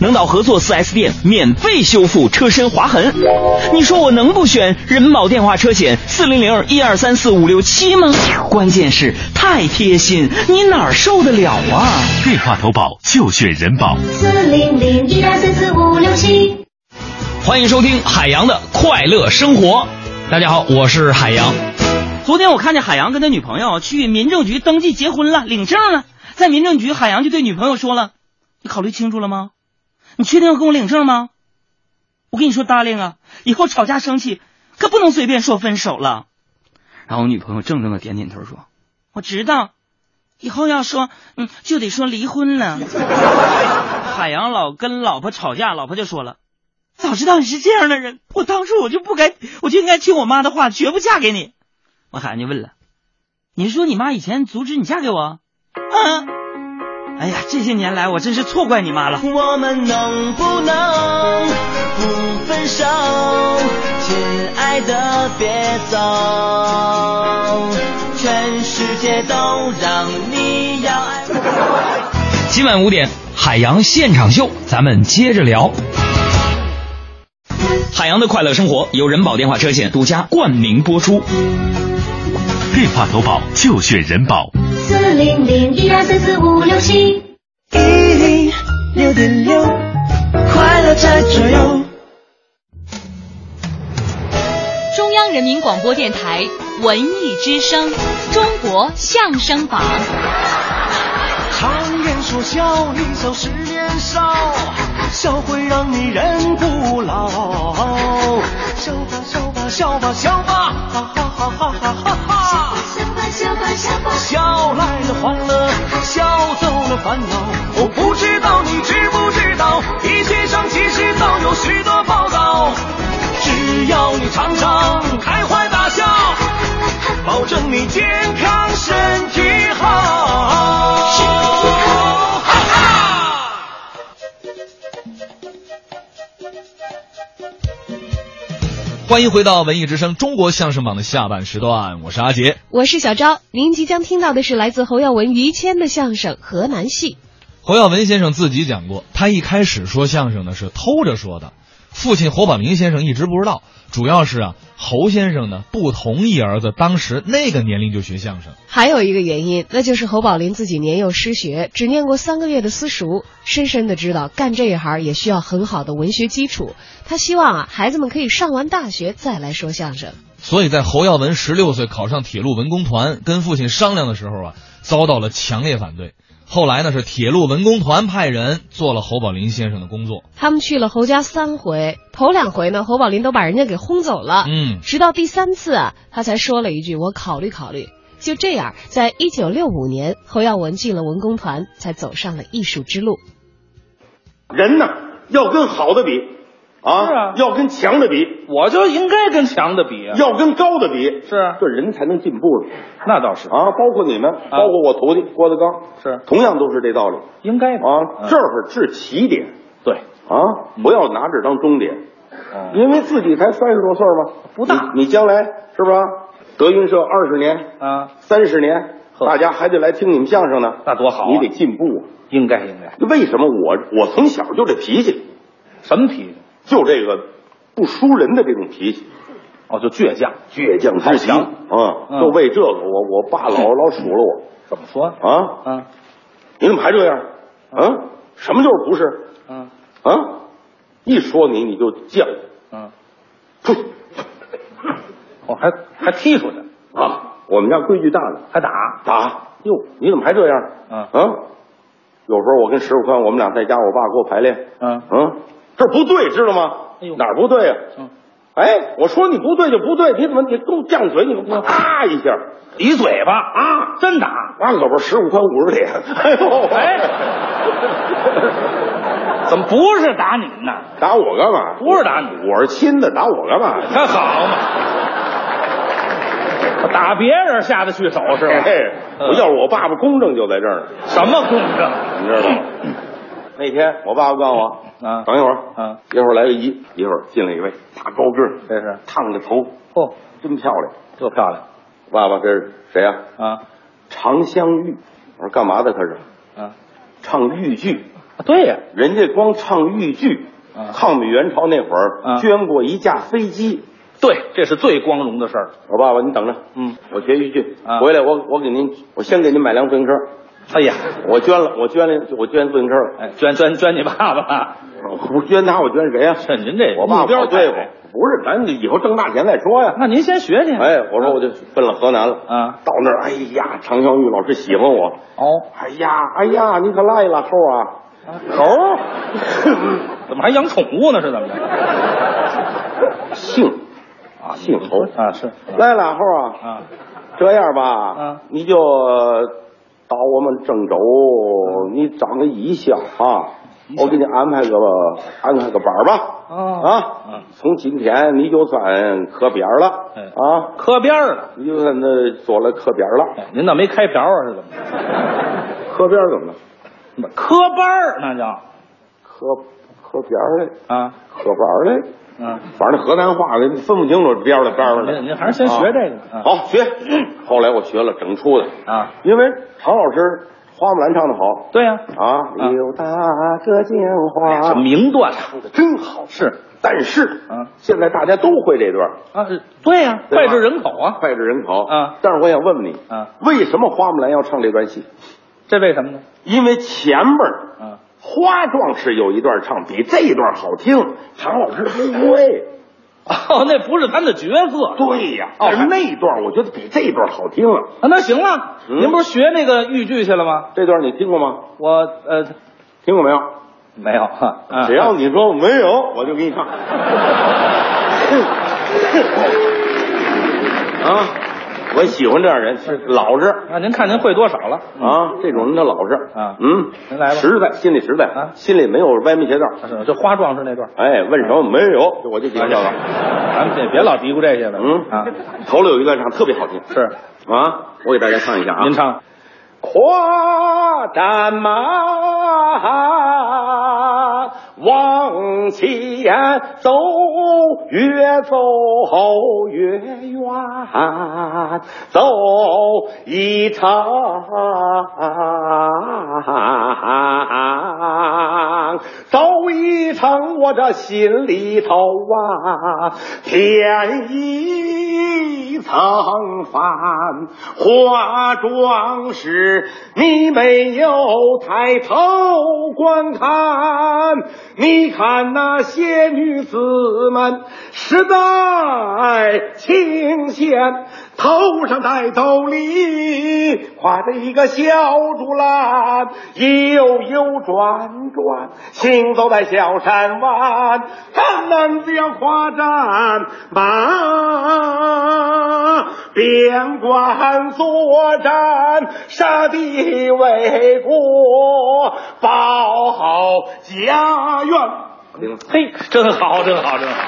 Speaker 18: 能到合作 4S 店免费修复车身划痕。你说我能不选人保电话车险四零零一二三四五六七吗？关键是太贴心，你哪儿受得了啊？
Speaker 13: 电话投保就选人保。
Speaker 3: 四零零一二三四五六七。
Speaker 16: 欢迎收听海洋的快乐生活。大家好，我是海洋。
Speaker 18: 昨天我看见海洋跟他女朋友去民政局登记结婚了，领证了。在民政局，海洋就对女朋友说了：“你考虑清楚了吗？你确定要跟我领证吗？”我跟你说，darling 啊，以后吵架生气可不能随便说分手了。然后我女朋友郑重的点点头说：“我知道，以后要说嗯就得说离婚了。” 海洋老跟老婆吵架，老婆就说了：“早知道你是这样的人，我当初我就不该，我就应该听我妈的话，绝不嫁给你。”我海洋就问了：“你是说你妈以前阻止你嫁给我？”嗯。哎呀，这些年来我真是错怪你妈了。
Speaker 2: 我们能不能不分手？亲爱的，别走，全世界都让你要爱我。
Speaker 16: 今晚五点，海洋现场秀，咱们接着聊。海洋的快乐生活由人保电话车险独家冠名播出。
Speaker 13: 电话投保就选人保。
Speaker 3: 四零零一二三四五六七。
Speaker 2: 一零六点六，快乐在左右。
Speaker 1: 中央人民广播电台文艺之声《中国相声榜》。
Speaker 2: 常言说笑，一笑十年少，笑会让你人不老。笑吧笑吧笑吧笑吧，哈哈哈哈哈哈哈！
Speaker 3: 笑吧笑吧笑吧，
Speaker 2: 笑来了欢乐，笑走了烦恼。我不知道你知不知道，医学上其实早有许多报道。只要你常常开怀大笑，保证你健康身体好。哈哈！
Speaker 5: 欢迎回到文艺之声中国相声榜的下半时段，我是阿杰。
Speaker 4: 我是小昭，您即将听到的是来自侯耀文、于谦的相声《河南戏
Speaker 5: 侯耀文先生自己讲过，他一开始说相声呢是偷着说的，父亲侯宝明先生一直不知道，主要是啊侯先生呢不同意儿子当时那个年龄就学相声。》。
Speaker 4: 还有一个原因，那就是侯宝林自己年幼失学，只念过三个月的私塾，深深的知道干这一行也需要很好的文学基础。他希望啊，孩子们可以上完大学再来说相声。
Speaker 5: 所以在侯耀文十六岁考上铁路文工团，跟父亲商量的时候啊，遭到了强烈反对。后来呢，是铁路文工团派人做了侯宝林先生的工作。
Speaker 4: 他们去了侯家三回，头两回呢，侯宝林都把人家给轰走了。
Speaker 5: 嗯
Speaker 4: 直到第三次啊，他才说了一句：“我考虑考虑。”就这样，在一九六五年，侯耀文进了文工团，才走上了艺术之路。
Speaker 9: 人呢要跟好的比啊，要跟强的比，我就应该跟强的比啊，要跟高的比，是啊，这人才能进步了。那倒是啊，包括你们，包括我徒弟郭德纲，是同样都是这道理，应该啊，这儿是起点，对啊，不要拿这当终点，因为自己才三十多岁嘛，不大，你将来是吧？德云社二十年啊，三十年，大家还得来听你们相声呢，那多好，你得进步，应该应该。为什么我我从小就这脾气？什么脾气？就这个不输人的这种脾气。哦，就倔强，倔强之极
Speaker 10: 好强
Speaker 9: 嗯，
Speaker 10: 嗯
Speaker 9: 就为这个，我我爸 老老数落我，怎么说 啊？
Speaker 10: 啊，
Speaker 9: 你怎么还这样？啊，什么就是不是？
Speaker 10: 嗯
Speaker 9: 啊，一说你你就犟，
Speaker 10: 嗯，
Speaker 9: 呸！我啊哦还还踢出去啊！我们家规矩大呢，还打打哟？你怎么还这样？嗯啊，有时候我跟石富宽，我们俩在家，我爸给我排练，
Speaker 10: 嗯
Speaker 9: 嗯，这不对，知道吗？哪儿不对呀、啊？哎，我说你不对就不对，你怎么你跟我犟嘴？你给我啪一下，一嗯嘴巴啊，真打！那可不是十五宽五十里，哎呦，哎， 怎么不是打你呢？打我干嘛？不是打你，我是亲的，打我干嘛？那好 嘛，打别人下得去手
Speaker 10: 是吧
Speaker 9: 我哎要是我爸爸公正就在这儿呢。
Speaker 10: 什么公正？
Speaker 9: 你知道吗？那天我爸爸告诉我，嗯啊，等一会儿，啊，一会儿来个姨，一会儿进来一位大高个儿，这是烫着头，嚯、真漂亮，这漂亮。爸爸，这是谁呀、啊？常香玉。我说干嘛的？他是
Speaker 10: 啊，
Speaker 9: 唱豫剧。啊对呀、人家光唱豫剧，抗美援朝那会儿捐过一架飞机。啊对，这是最光荣的事儿。我爸爸，你等着，嗯，我学豫剧，回来我我给您，我先给您买辆自行车。哎呀，我捐了，我捐了，我捐自行车了。哎，捐捐捐你爸爸！我不捐他，我捐谁呀、是您这我爸
Speaker 10: 目标
Speaker 9: 爸对付
Speaker 10: 太矮，
Speaker 9: 不是，咱以后挣大钱再说呀。那您先学去。哎，我说我就奔了河南了。啊，到那儿，哎呀，常小玉老师喜欢我。哦，哎呀，哎呀，你可落一拉猴啊！猴？怎么还养宠物呢？哦是怎么着？姓啊，姓侯啊，是来俩猴啊啊，这样吧，啊，你就到我们郑州，你长个艺校啊，我给你安排个安排个班儿吧。啊，从今天你就算科边儿了啊，科边了，你就算那做了科边儿了。您那没开瓢啊？ 是怎么？科边儿怎么了？科班儿那叫科科边儿嘞啊，科班儿嘞。
Speaker 10: 嗯，
Speaker 9: 反正河南话的分不清楚边儿的边儿的。
Speaker 10: 您您还是先学这个
Speaker 9: 啊好学。后来我学了整出的啊，因为常老师花木兰唱的好。对呀，啊，哎刘大哥见花，
Speaker 10: 这
Speaker 9: 名段唱的真好。是，但是啊，现在大家都会这段啊，
Speaker 10: 对呀脍炙人
Speaker 9: 口啊，脍炙人口啊。但是我想问问你啊，为什么花木兰要唱这段戏？这为什么呢？因为前边儿花状是有一段唱比这一段好听，常老师 不会。哦，那不是他们的角色。对呀，但是那段我觉得比这段好听了。
Speaker 10: 哦啊，那行了，您不是学那个豫剧去了吗？
Speaker 9: 这段你听过吗？
Speaker 10: 我呃，
Speaker 9: 听过没有？
Speaker 10: 没有哈。啊
Speaker 9: 只要你说没有，我就给你唱。啊，我喜欢这样人，老实
Speaker 10: 啊，您看您会多少了？
Speaker 9: 啊，这种人他老实啊，嗯，
Speaker 10: 您来吧
Speaker 9: 实在，心里实在啊，心里没有歪门邪道。
Speaker 10: 是这花状是那段，
Speaker 9: 哎，问什么没有？就我就喜欢这个。
Speaker 10: 咱们别别老嘀咕这些了。
Speaker 9: 嗯啊，头里有一段唱特别好听，是啊，我给大家唱一下啊。您唱。阔战马，
Speaker 19: 往前走，越走越
Speaker 8: 哎
Speaker 19: 远，
Speaker 8: 啊
Speaker 19: 啊走一场走一场，我这心里头啊，添一层帆。化妆时你没有抬头观看，你看那些女子们实在清闲，头上戴斗笠，挎着一个小竹篮，悠悠转转，行走在小山湾，站男子要夸战马，边关作战，杀敌为国，报好家园。嘿，真好，真好，真好，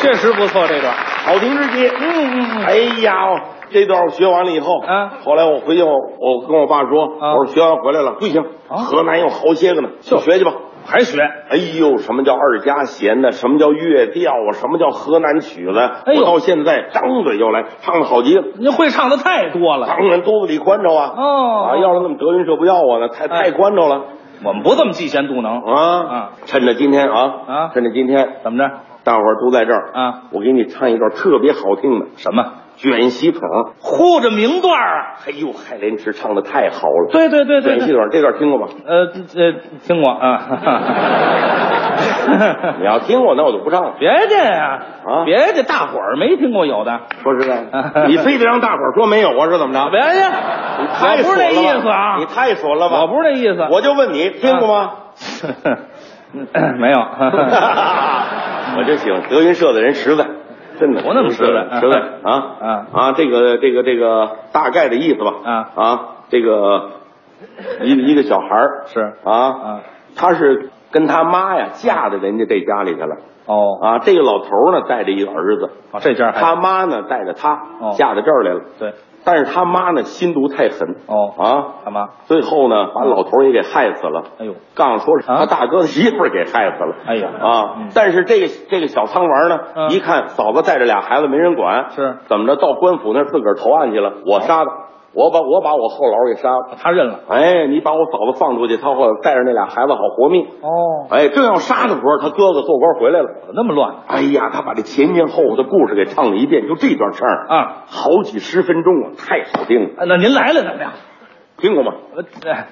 Speaker 19: 确实不错，这段好评之极。嗯嗯，哎呀，这段学完了以后，啊，后来我回去，我我跟我爸说，我说学完回来了，不行，河南有好些个呢，啊就学去吧。还学？哎呦，什么叫二家弦呢？什么叫乐调啊？什么叫河南曲子？
Speaker 9: 哎呦
Speaker 19: 我到现在张嘴就来，唱的好极了。
Speaker 9: 您会唱的太多了，
Speaker 19: 当然肚子里宽敞啊。
Speaker 9: 哦
Speaker 19: 啊，要是那么德云社不要我呢，太太宽敞了。哎我们不这么嫉贤妒能啊啊！趁着今天啊啊，趁着今天怎么着？大伙儿都在这儿啊，我给你唱一段特别好听的。什么？卷席筒。
Speaker 9: 护着名段儿啊。
Speaker 19: 哎呦，海林池唱的太好了。
Speaker 9: 对对对对对
Speaker 19: 卷席筒这段听过吧？
Speaker 9: 呃，这听过啊。哈哈
Speaker 19: 你要听过，那我就不唱了。
Speaker 9: 别介呀，啊，别介，大伙儿没听过有的。
Speaker 19: 说实在， 你非得让大伙儿说没有啊？是怎么着？
Speaker 9: 别介，
Speaker 19: 你
Speaker 9: 我
Speaker 19: 太
Speaker 9: 不
Speaker 19: 损
Speaker 9: 是这
Speaker 19: 了吧
Speaker 9: 意思啊，
Speaker 19: 你太损了吧？
Speaker 9: 我不是这意思，
Speaker 19: 我就问你，听过
Speaker 9: 啊
Speaker 19: 吗？
Speaker 9: 没有。
Speaker 19: 我就喜欢德云社的人实在， 真的
Speaker 9: 我怎么实在
Speaker 19: 实在啊啊啊！这个这个这个大概的意思吧啊啊！这个一个一个小孩是啊啊，他是跟他妈呀嫁到人家这家里去了。哦啊，这个老头儿呢带着一个儿子，啊，这家他妈呢带着他、嫁到这儿来了。对，但是他妈呢心毒太狠。哦啊，他妈最后呢把老头儿也给害死了。嗯哎呦，杠说是他大哥的媳妇儿给害死了。哎呀啊！但是这个这个小苍丸呢，一看嫂子带着俩孩子没人管，是哦怎么着到官府那儿自个儿投案去了，我杀的。我把我把我后老给杀了，他认了。哎，你把我嫂子放出去，他后带着那俩孩子好活命。
Speaker 9: 哦，
Speaker 19: 哎，正要杀的时候，他哥哥做官回来了，怎么那么乱？哎呀，他把这前前后后的故事给唱了一遍，就这段唱啊，好几十分钟啊，太好听了。
Speaker 9: 哎那您来了怎么样？
Speaker 19: 听过吗？
Speaker 9: 哎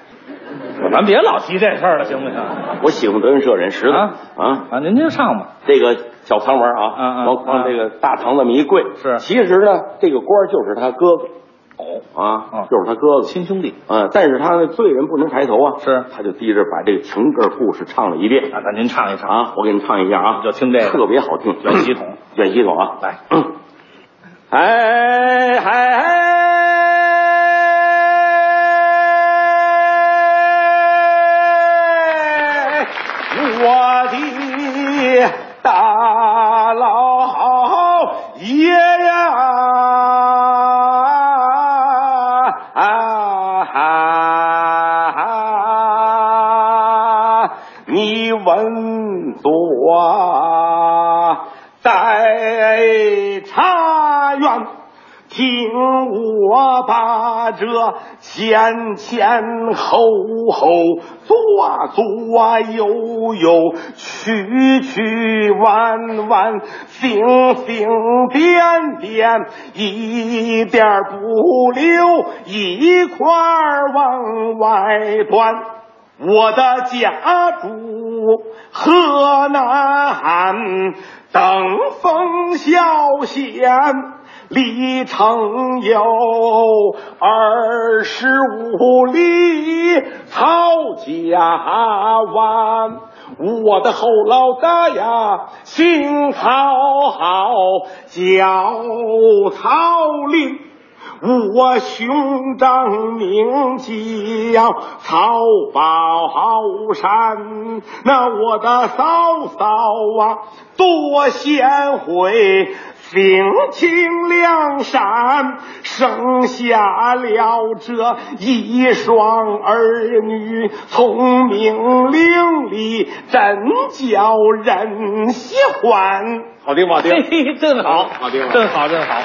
Speaker 9: 咱别老提这事儿了，行不行？
Speaker 19: 我喜欢德云社人，实在啊啊！
Speaker 9: 您就唱吧。
Speaker 19: 这个小汤丸啊，往往这个大堂那么一跪，是。其实呢，这个官儿就是他哥哥。哦啊，就是他哥哥，亲兄弟。嗯，但是他的罪人不能抬头啊，是，他就低着把这个整个故事唱了一遍。啊，那您唱一唱啊，我给您唱一下啊，就听这个，特别好听。卷席筒，卷席筒啊，来，哎哎，我的大老爷呀！啊，你稳坐在茶园，听我把这前前后后、左左右右、曲曲弯弯、行行点点，一点儿不留，一块儿往外端。我的家住河南，登封孝县。离城有二十五里，曹家湾。我的后老大呀，姓曹，好叫曹林。啊我兄长名叫曹宝山，那我的嫂嫂啊，多贤惠，星清两闪，生下了这一双儿女，聪明伶俐，真叫人喜欢。
Speaker 9: 好听不好听？
Speaker 19: 真
Speaker 9: 好，好听吧
Speaker 19: 真
Speaker 9: 好，真好。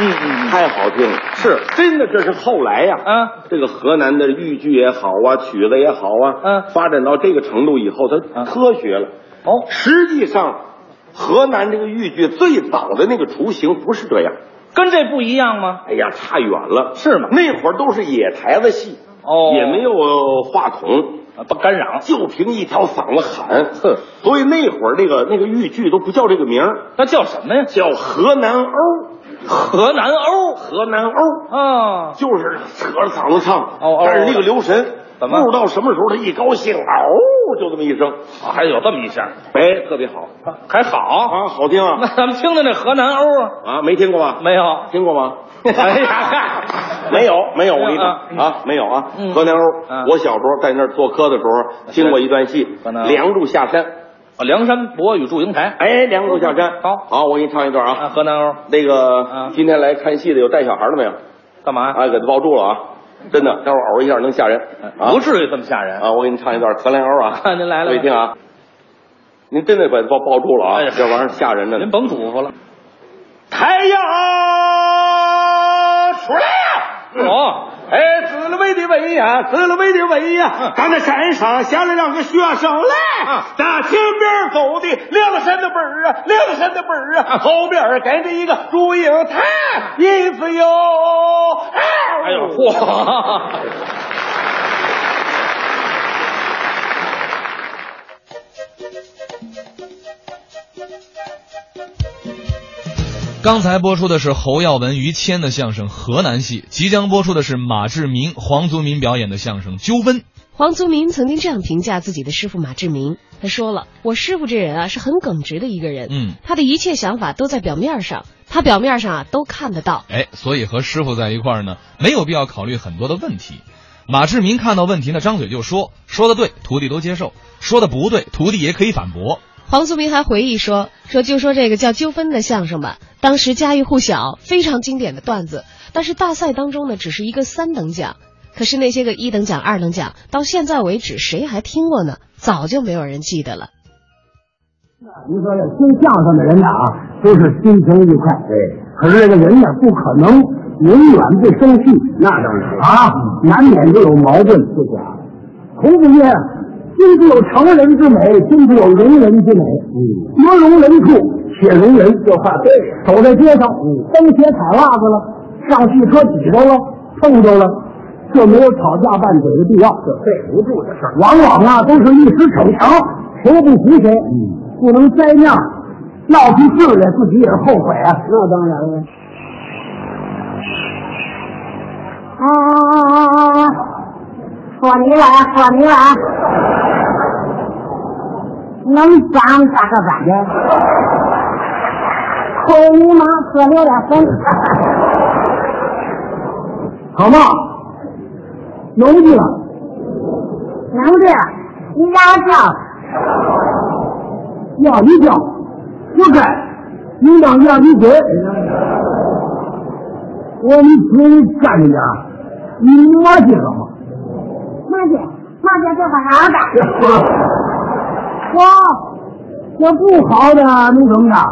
Speaker 9: 嗯嗯，太好听了，是真的。这是后来呀，
Speaker 19: 啊，
Speaker 9: 这个河南的豫剧也好啊，曲子也好啊，嗯，发展到这个程度以后，它科学了。哦，实际上，河南这个豫剧最早的那个雏形不是这样，
Speaker 19: 跟这不一样吗？
Speaker 9: 哎呀，差远了。是吗？那会儿都是野台子戏，
Speaker 19: 哦
Speaker 9: 也没有话筒，啊不干扰，就凭一条嗓子喊。哼，所以那会儿那个那个豫剧都不叫这个名那叫什么呀？叫河南欧。河南欧，河南欧啊，就是扯着嗓子唱，
Speaker 19: 哦哦
Speaker 9: 但是那个留神，
Speaker 19: 怎么
Speaker 9: 不知道什么时候他一高兴，嗷，就这么一声，
Speaker 19: 还有这么一下，
Speaker 9: 哎，特别好，
Speaker 19: 还好啊，
Speaker 9: 好听啊。
Speaker 19: 那咱们听的那河南欧啊，
Speaker 9: 啊，没听过吧？
Speaker 19: 没有
Speaker 9: 听过吗？
Speaker 19: 哎呀，
Speaker 9: 没有，没有，我跟你说
Speaker 19: 啊
Speaker 9: 啊，没有啊。河南欧，我小时候在那儿做科的时候听过一段戏，《梁祝下山》。啊，梁山伯与祝英台。哎，梁祝下山。好，好，我给你唱一段啊。河南欧。那个，今天来看戏的有带小孩的没有？干嘛？啊，给他抱住了啊！真的，待会儿嗷一下能吓人。不至于这么吓人啊！我给你唱一段河南欧 啊。
Speaker 19: 您来了
Speaker 9: 注意听啊！您真的把他抱抱住了啊！这玩意儿吓人的。您甭嘱咐了。
Speaker 19: 太阳出来呀！哦，哎，紫了喂的喂呀，紫了喂的喂呀，咱在山上下来两个学生来，打前边走的亮了山的本儿啊，亮了山的本儿啊，后边跟着一个祝英台，一子哟，哎呦嚯！
Speaker 5: 刚才播出的是侯耀文、于谦的相声《河南戏》，即将播出的是马志明、黄族民表演的相声《纠纷》。
Speaker 4: 黄族民曾经这样评价自己的师傅马志明，他说了：“我师傅这人啊，是很耿直的一个人，
Speaker 5: 嗯，
Speaker 4: 他的一切想法都在表面上，他表面上啊都看得到。
Speaker 5: 哎，所以和师傅在一块儿呢，没有必要考虑很多的问题。马志明看到问题呢，张嘴就说，说的对，徒弟都接受；说的不对，徒弟也可以反驳。”
Speaker 4: 黄族民还回忆说：“说就说这个叫纠纷的相声吧，当时家喻户晓，非常经典的段子。但是大赛当中呢，只是一个三等奖，可是那些个一等奖、二等奖，到现在为止谁还听过呢？早就没有人记得了。”
Speaker 20: 您说这听相声的人呢啊，都是心情愉快。对，可是这个人呢，不可能永远不生气。那当然啊，难免就有矛盾。不假。孔子曰：“君子有成人之美，君子有容人之美。嗯，莫容人处且容人。”这话对。走在街上，嗯蹬鞋踩袜子了，上汽车挤着了，碰着了。这没有吵架拌嘴的必要，这对不住的事往往啊，都是一时逞强，谁不服谁。嗯。不能栽面儿，闹出事来自己也是后悔啊。那当然了。
Speaker 21: 嗯嗯嗯，索尼
Speaker 20: 啊
Speaker 21: 碗，索尼碗，能长咋个板的？ 亏你妈喝六两分，
Speaker 20: 好嘛，能力了，
Speaker 21: 能的，你让我叫，
Speaker 20: 要你叫，不该，应当让你滚。我说你嘴干着点儿，你磨叽干嘛？
Speaker 21: 妈姐，妈姐这会儿的，
Speaker 20: 我这不好的能怎么样？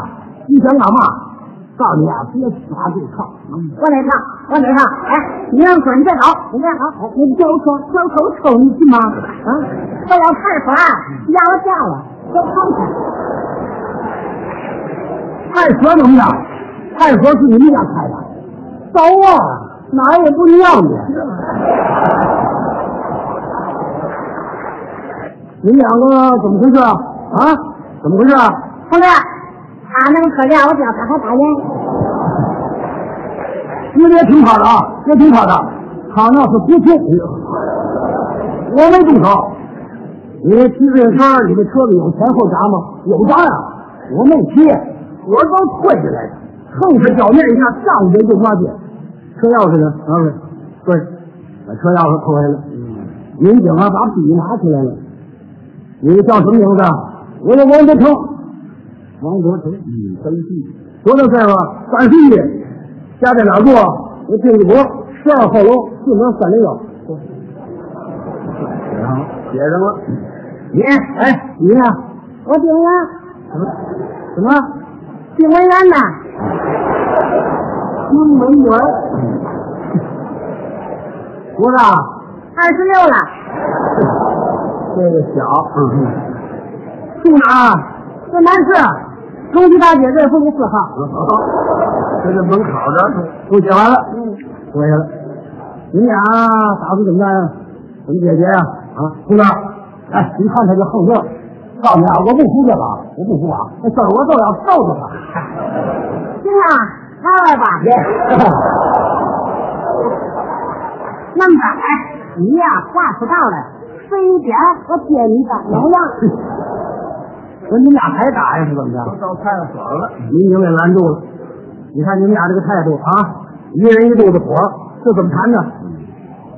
Speaker 20: 你想干嘛？告诉你啊，别耍就唱。
Speaker 21: 我得嗯唱，我得唱，哎，你让滚着走，你让
Speaker 20: 哎
Speaker 21: 走，你交口交口瞅你去吗？啊，我要看耍，要我叫了，都看看。
Speaker 20: 派蛇怎么样？派蛇是你们家开的，走啊，哪儿也不让你。你们两个怎么回事啊？啊，怎么回事啊？
Speaker 21: 同志，他那个可亮，我表他还打烟，
Speaker 20: 你们也挺好的啊，也挺好的。他那是不错，我没动手。你骑自行车，你这车子有前后闸吗？有闸呀、我没骑，我刚退下来的，蹭着脚面一下上去就抓去。车钥匙呢？啊，不是，把车钥匙扣下来。民警啊，把笔拿起来了。啊你叫什么名字？我叫王德成。王德成，嗯，真地。多大岁数啊？三十一，家在哪儿住啊？我定国十二号楼四门三零幺。写上了，写上了。你哎，你呀、
Speaker 21: 我顶了
Speaker 20: 什么什么？
Speaker 21: 景文渊呐，丁文元
Speaker 20: 多大？
Speaker 21: 二十六了，
Speaker 20: 这个小，
Speaker 10: Ừ.
Speaker 20: 嗯，住哪儿？
Speaker 21: 这南市中级大姐队附近四号。
Speaker 20: 就这门口这儿都写完了，嗯，回去了。你俩打算怎么样？怎么解决呀？啊，姑娘，哎，你看他这横劲儿，告诉你啊，我不服这个，我不服啊，这事儿我就要告诉他。
Speaker 21: 行啊，拉来吧。
Speaker 20: 哎
Speaker 10: Ừ.
Speaker 21: 那么着，哎，你呀话不到了，非点我点你个能量。
Speaker 20: 我说你俩还 打呀？是怎么着？到派出所了，民警给拦住了。你看你们俩这个态度啊，一人一肚子火，这怎么谈呢？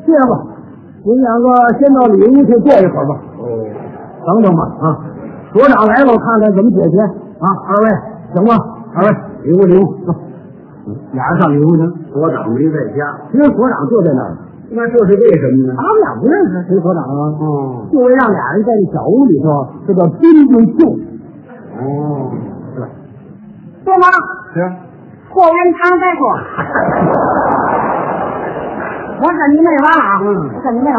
Speaker 20: 这样吧，你们两个先到里屋去坐一会儿吧。哦，等等吧啊，所长来了，我看看怎么解决啊。二位行吗？二位里屋里啊屋，走。俩人上里屋去。所长没在家，因为所长就在那儿。那这是为什么呢？他们俩不认识谁所长啊？哦，就为让俩人在这小屋里头，这叫宾对就。哦，对，
Speaker 21: 对吗？
Speaker 20: 行。
Speaker 21: 霍元汤再 说。我可你那娃
Speaker 20: 嗯
Speaker 21: 啊，我可你那娃，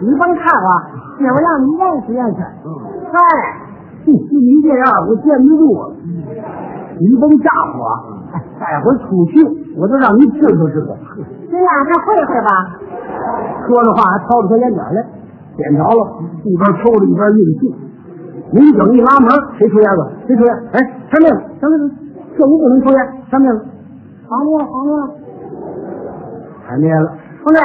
Speaker 21: 你甭看我，姐我让你认识认识。
Speaker 20: 嗯
Speaker 21: 哎嗨，
Speaker 20: 您这样我见不住啊！您甭吓唬我，哎待会儿出去我就让您知道 知道。
Speaker 21: 你俩还会会
Speaker 10: Dạ.
Speaker 21: 吧？
Speaker 20: 说着话还掏出小烟卷来，点着了，一边抽着一边运气。民警一拉门，谁抽烟了？谁抽烟？哎，上面了，上面了，这屋不能抽烟，上面了，
Speaker 21: 黄了黄了，
Speaker 20: 还灭了。
Speaker 21: 同志，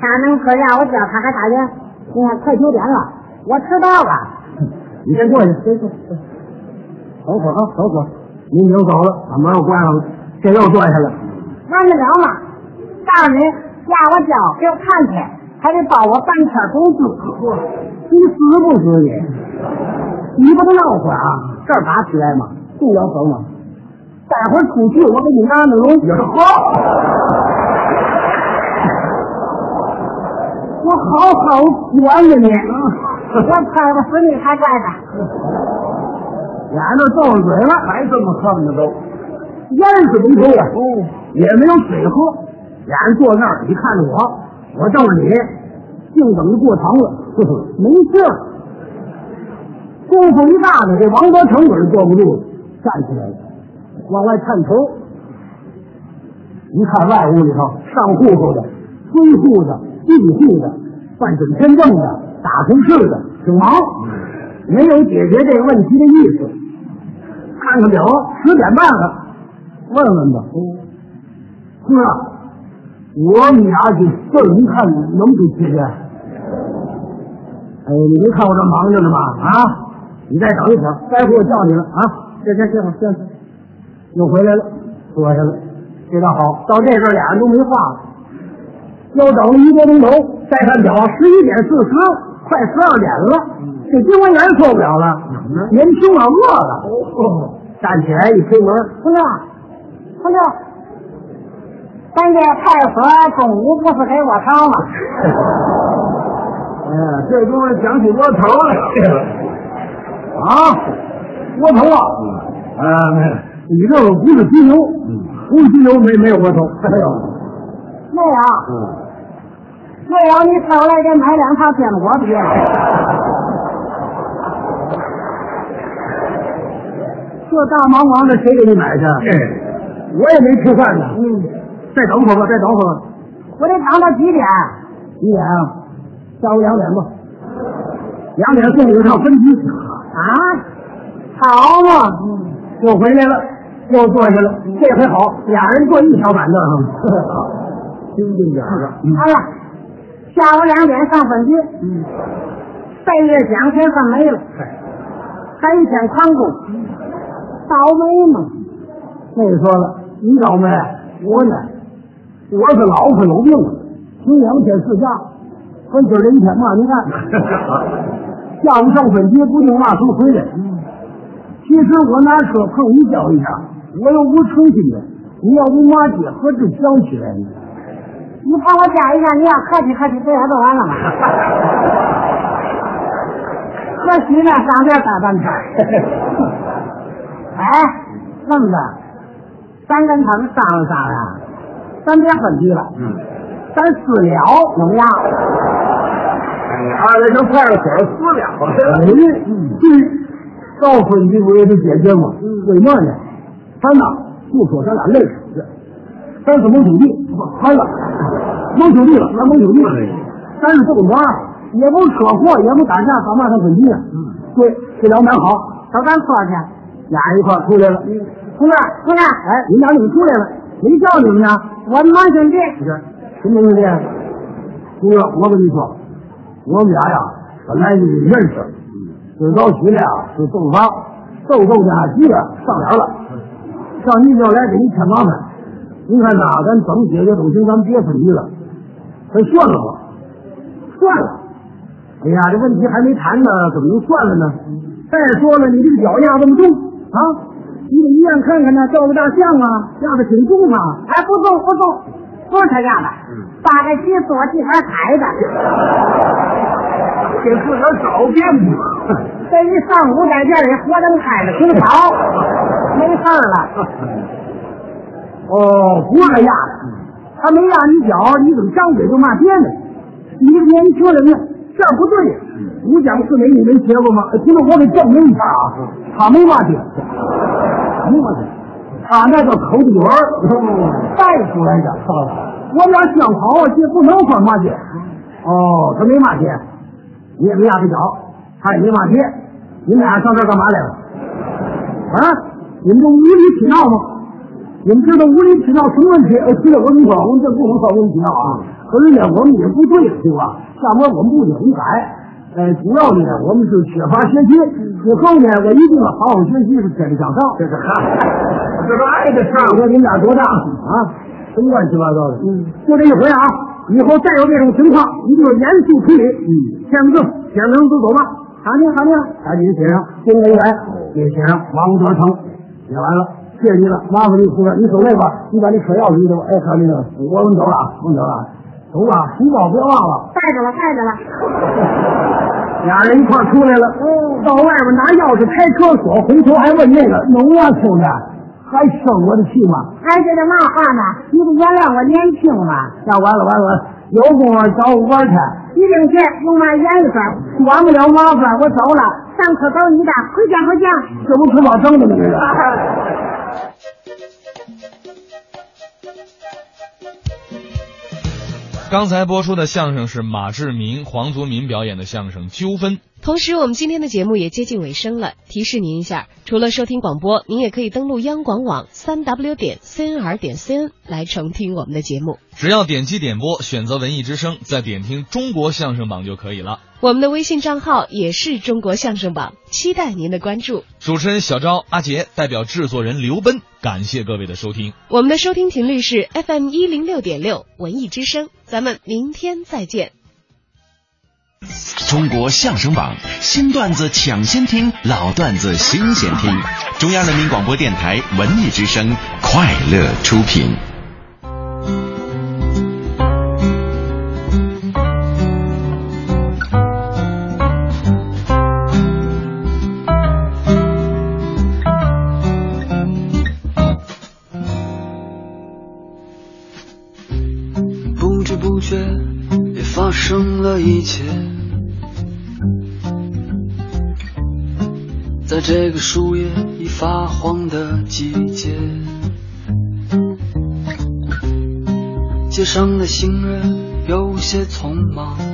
Speaker 21: 他能可让我表他还打烟？你看快九点了，我迟到了。
Speaker 20: 你先过去，先过去。等会儿啊，等会儿。民警走了，把门又关上了，这又坐下了。
Speaker 21: 按得了吗？大人压我脚给我看去，还得保我半天工资。
Speaker 20: 你死不死你？你不能闹会儿啊！这儿爬起来吗？不摇绳吗？待会儿出去，我给你拿那笼子。好，
Speaker 21: 我好好管着你，
Speaker 20: 啊
Speaker 21: 我踩不死你还怪他。
Speaker 20: 俩人都斗上嘴了，还这么横着都，烟是没抽啊，也没有水喝，俩人坐那儿，你看着我，我瞪着你，净等着过堂了，呵呵，没劲儿。功夫一大呢，这王德成可是坐不住了，站起来了，往外探头，一看外屋里头上户口的、追户的、进户的、办准签证的、打同事的，挺忙，没有解决这个问题的意思。看看表，十点半了，问问吧。是啊，我们俩得事儿，您看能不解决？哎，你没看我这忙着呢吗？啊，你再等一会儿，待会儿我叫你了啊。这这这会儿这又回来了，坐下了。这倒好，到这阵儿俩人都没话了。又等了一个钟头，再看表，十一点四十，快十二点了。这丁文元受不了了，
Speaker 21: 嗯
Speaker 20: 年轻老饿了，站起来一推门，
Speaker 21: 同志，同志，咱这派出所总务不是给我烧吗？
Speaker 20: 哎呀，这功夫想起窝头来了。啊，窝头啊，啊，你这个不是犀牛，不是犀牛没没有窝头，没有。
Speaker 21: 那样，那样你少来给买两套坚果皮。
Speaker 20: 这大忙忙的，谁给你买去？
Speaker 10: 哎 Ừ.
Speaker 20: 我也没吃饭呢。嗯，再等会儿吧，再等会儿吧。
Speaker 21: 我得等到几点？
Speaker 20: 几点啊？下午两点吧。两点送你上分局。
Speaker 21: 啊？好嘛，嗯
Speaker 20: 又嗯回来了，又坐下了。这回好，俩人坐一条板凳 上，精进点儿啊。
Speaker 21: 哎呀，下午两点上本局。嗯。被月奖身份没了，还一天旷工，倒霉嘛。
Speaker 20: 那个说了，你倒霉，我呢，我是老婆有病，请两天事假，跟今儿凌晨嘛，您 看，下午上本街不定嘛时候回来。其实我拿车碰一脚一下，我又不出去呢。你要不妈姐何止教起来呢？
Speaker 21: 你帮我讲一下，你俩客气客气，这还不 完了吗？喝席呢，上这儿打扮场。哎，那么着，咱跟他们商量商量，咱别分居了，嗯，咱私了怎么样？
Speaker 20: 啊二位能派出所私了哎，嗯，到婚局不也得解决吗？为嘛呢？咱呐，就说咱俩认识，咱是盟兄弟，完了，盟兄弟了，咱盟兄弟了，咱是不懂玩儿，也不车祸，也不打架，咱嘛咱分居啊？对，这两蛮好，
Speaker 21: 找咱说去。
Speaker 20: 俩人一块儿出来了，
Speaker 21: 同志，同志，哎，
Speaker 20: 你俩怎么出来了？谁叫你们呢？
Speaker 21: 我们盟兄弟，
Speaker 20: 你看，什么兄弟？姑娘，我跟你说，我们俩呀，本来就认识，最高起来啊是洞房，斗斗家急了，上脸了，上你这儿来给你添麻烦。你看呐，咱怎么解决都行，咱别分离了，咱算了吧，算了。哎呀，这问题还没谈呢，怎么能算了呢？再说了，你这个脚压这么重啊，你得医院看看呢，照个大相啊，压的挺重啊。嗯
Speaker 21: 哎，不中不中，不是他压的，八个鸡左鸡还抬的，
Speaker 10: Dạ.
Speaker 20: 给自个儿找遍吧。
Speaker 21: 这一上午在这里活灯开的挺好，没事儿了。
Speaker 20: 哦，不是他压的，他没压你脚，你怎么张嘴就骂街呢？你这个年轻人呢，这儿不对呀。你讲四美，你没学过吗？哎听着，我给证明一下啊，他没骂街，没骂街，他那叫口底玩儿，带出来的。我们俩相好，这不能算骂街。哦，他没骂街，你也没压他脚，他也没骂街，你们俩上这儿干嘛来了？啊，你们这无理取闹吗？你们知道无理取闹什么问题？呃，听了我们我们这不能算无理取闹啊。可是呢，我们也不对了，对吧？下面我们不仅改，呃，主要呢，我们是缺乏学习。以后呢，我一定要好好学习，是天天向上。这是哈，这是爱的事儿。说你们俩多大啊？什么乱七八糟的？嗯，就这一回啊，以后再有这种情况，你就严肃处理。嗯，签个字，写上名字走吧。好的，好的，赶紧写上丁文元，给写上王德成。写完了，谢谢你了，麻烦你出来，你走那吧，你把你车钥匙给我，哎，好，那个，我们走了，啊，我们走了啊，走吧，书包别忘了。
Speaker 21: 带着了，带着了。
Speaker 20: 俩人一块儿出来了，
Speaker 21: 哦
Speaker 20: 到外边拿钥匙开车锁，回头还问那个能啊，兄弟，还生我的气吗？
Speaker 21: 还是那嘛话呢？你不原谅我年轻嘛？
Speaker 20: 那完了完了完了，有功夫找我玩去，
Speaker 21: 一定是用完严一分，
Speaker 20: 管不了麻烦，我走了，
Speaker 21: 上可走你的，回家回家。
Speaker 20: 这不吃饱撑的吗？啊这是。
Speaker 5: 刚才播出的相声是马志明、黄族民表演的相声《纠纷》。
Speaker 4: 同时，我们今天的节目也接近尾声了。提示您一下，除了收听广播，您也可以登录央广网三 w 点 cnr 点 cn 来重听我们的节目。
Speaker 5: 只要点击点播，选择文艺之声，再点听中国相声榜就可以了。
Speaker 4: 我们的微信账号也是中国相声榜，期待您的关注。
Speaker 5: 主持人小昭、阿杰代表制作人刘奔，感谢各位的收听。
Speaker 4: 我们的收听频率是 FM 一零六点六文艺之声。咱们明天再见。
Speaker 11: 中国相声榜，新段子抢先听，老段子新鲜听。中央人民广播电台文艺之声，快乐出品。
Speaker 12: 不知不觉也发生了一切，在这个树叶已发黄的季节，街上的行人有些匆忙，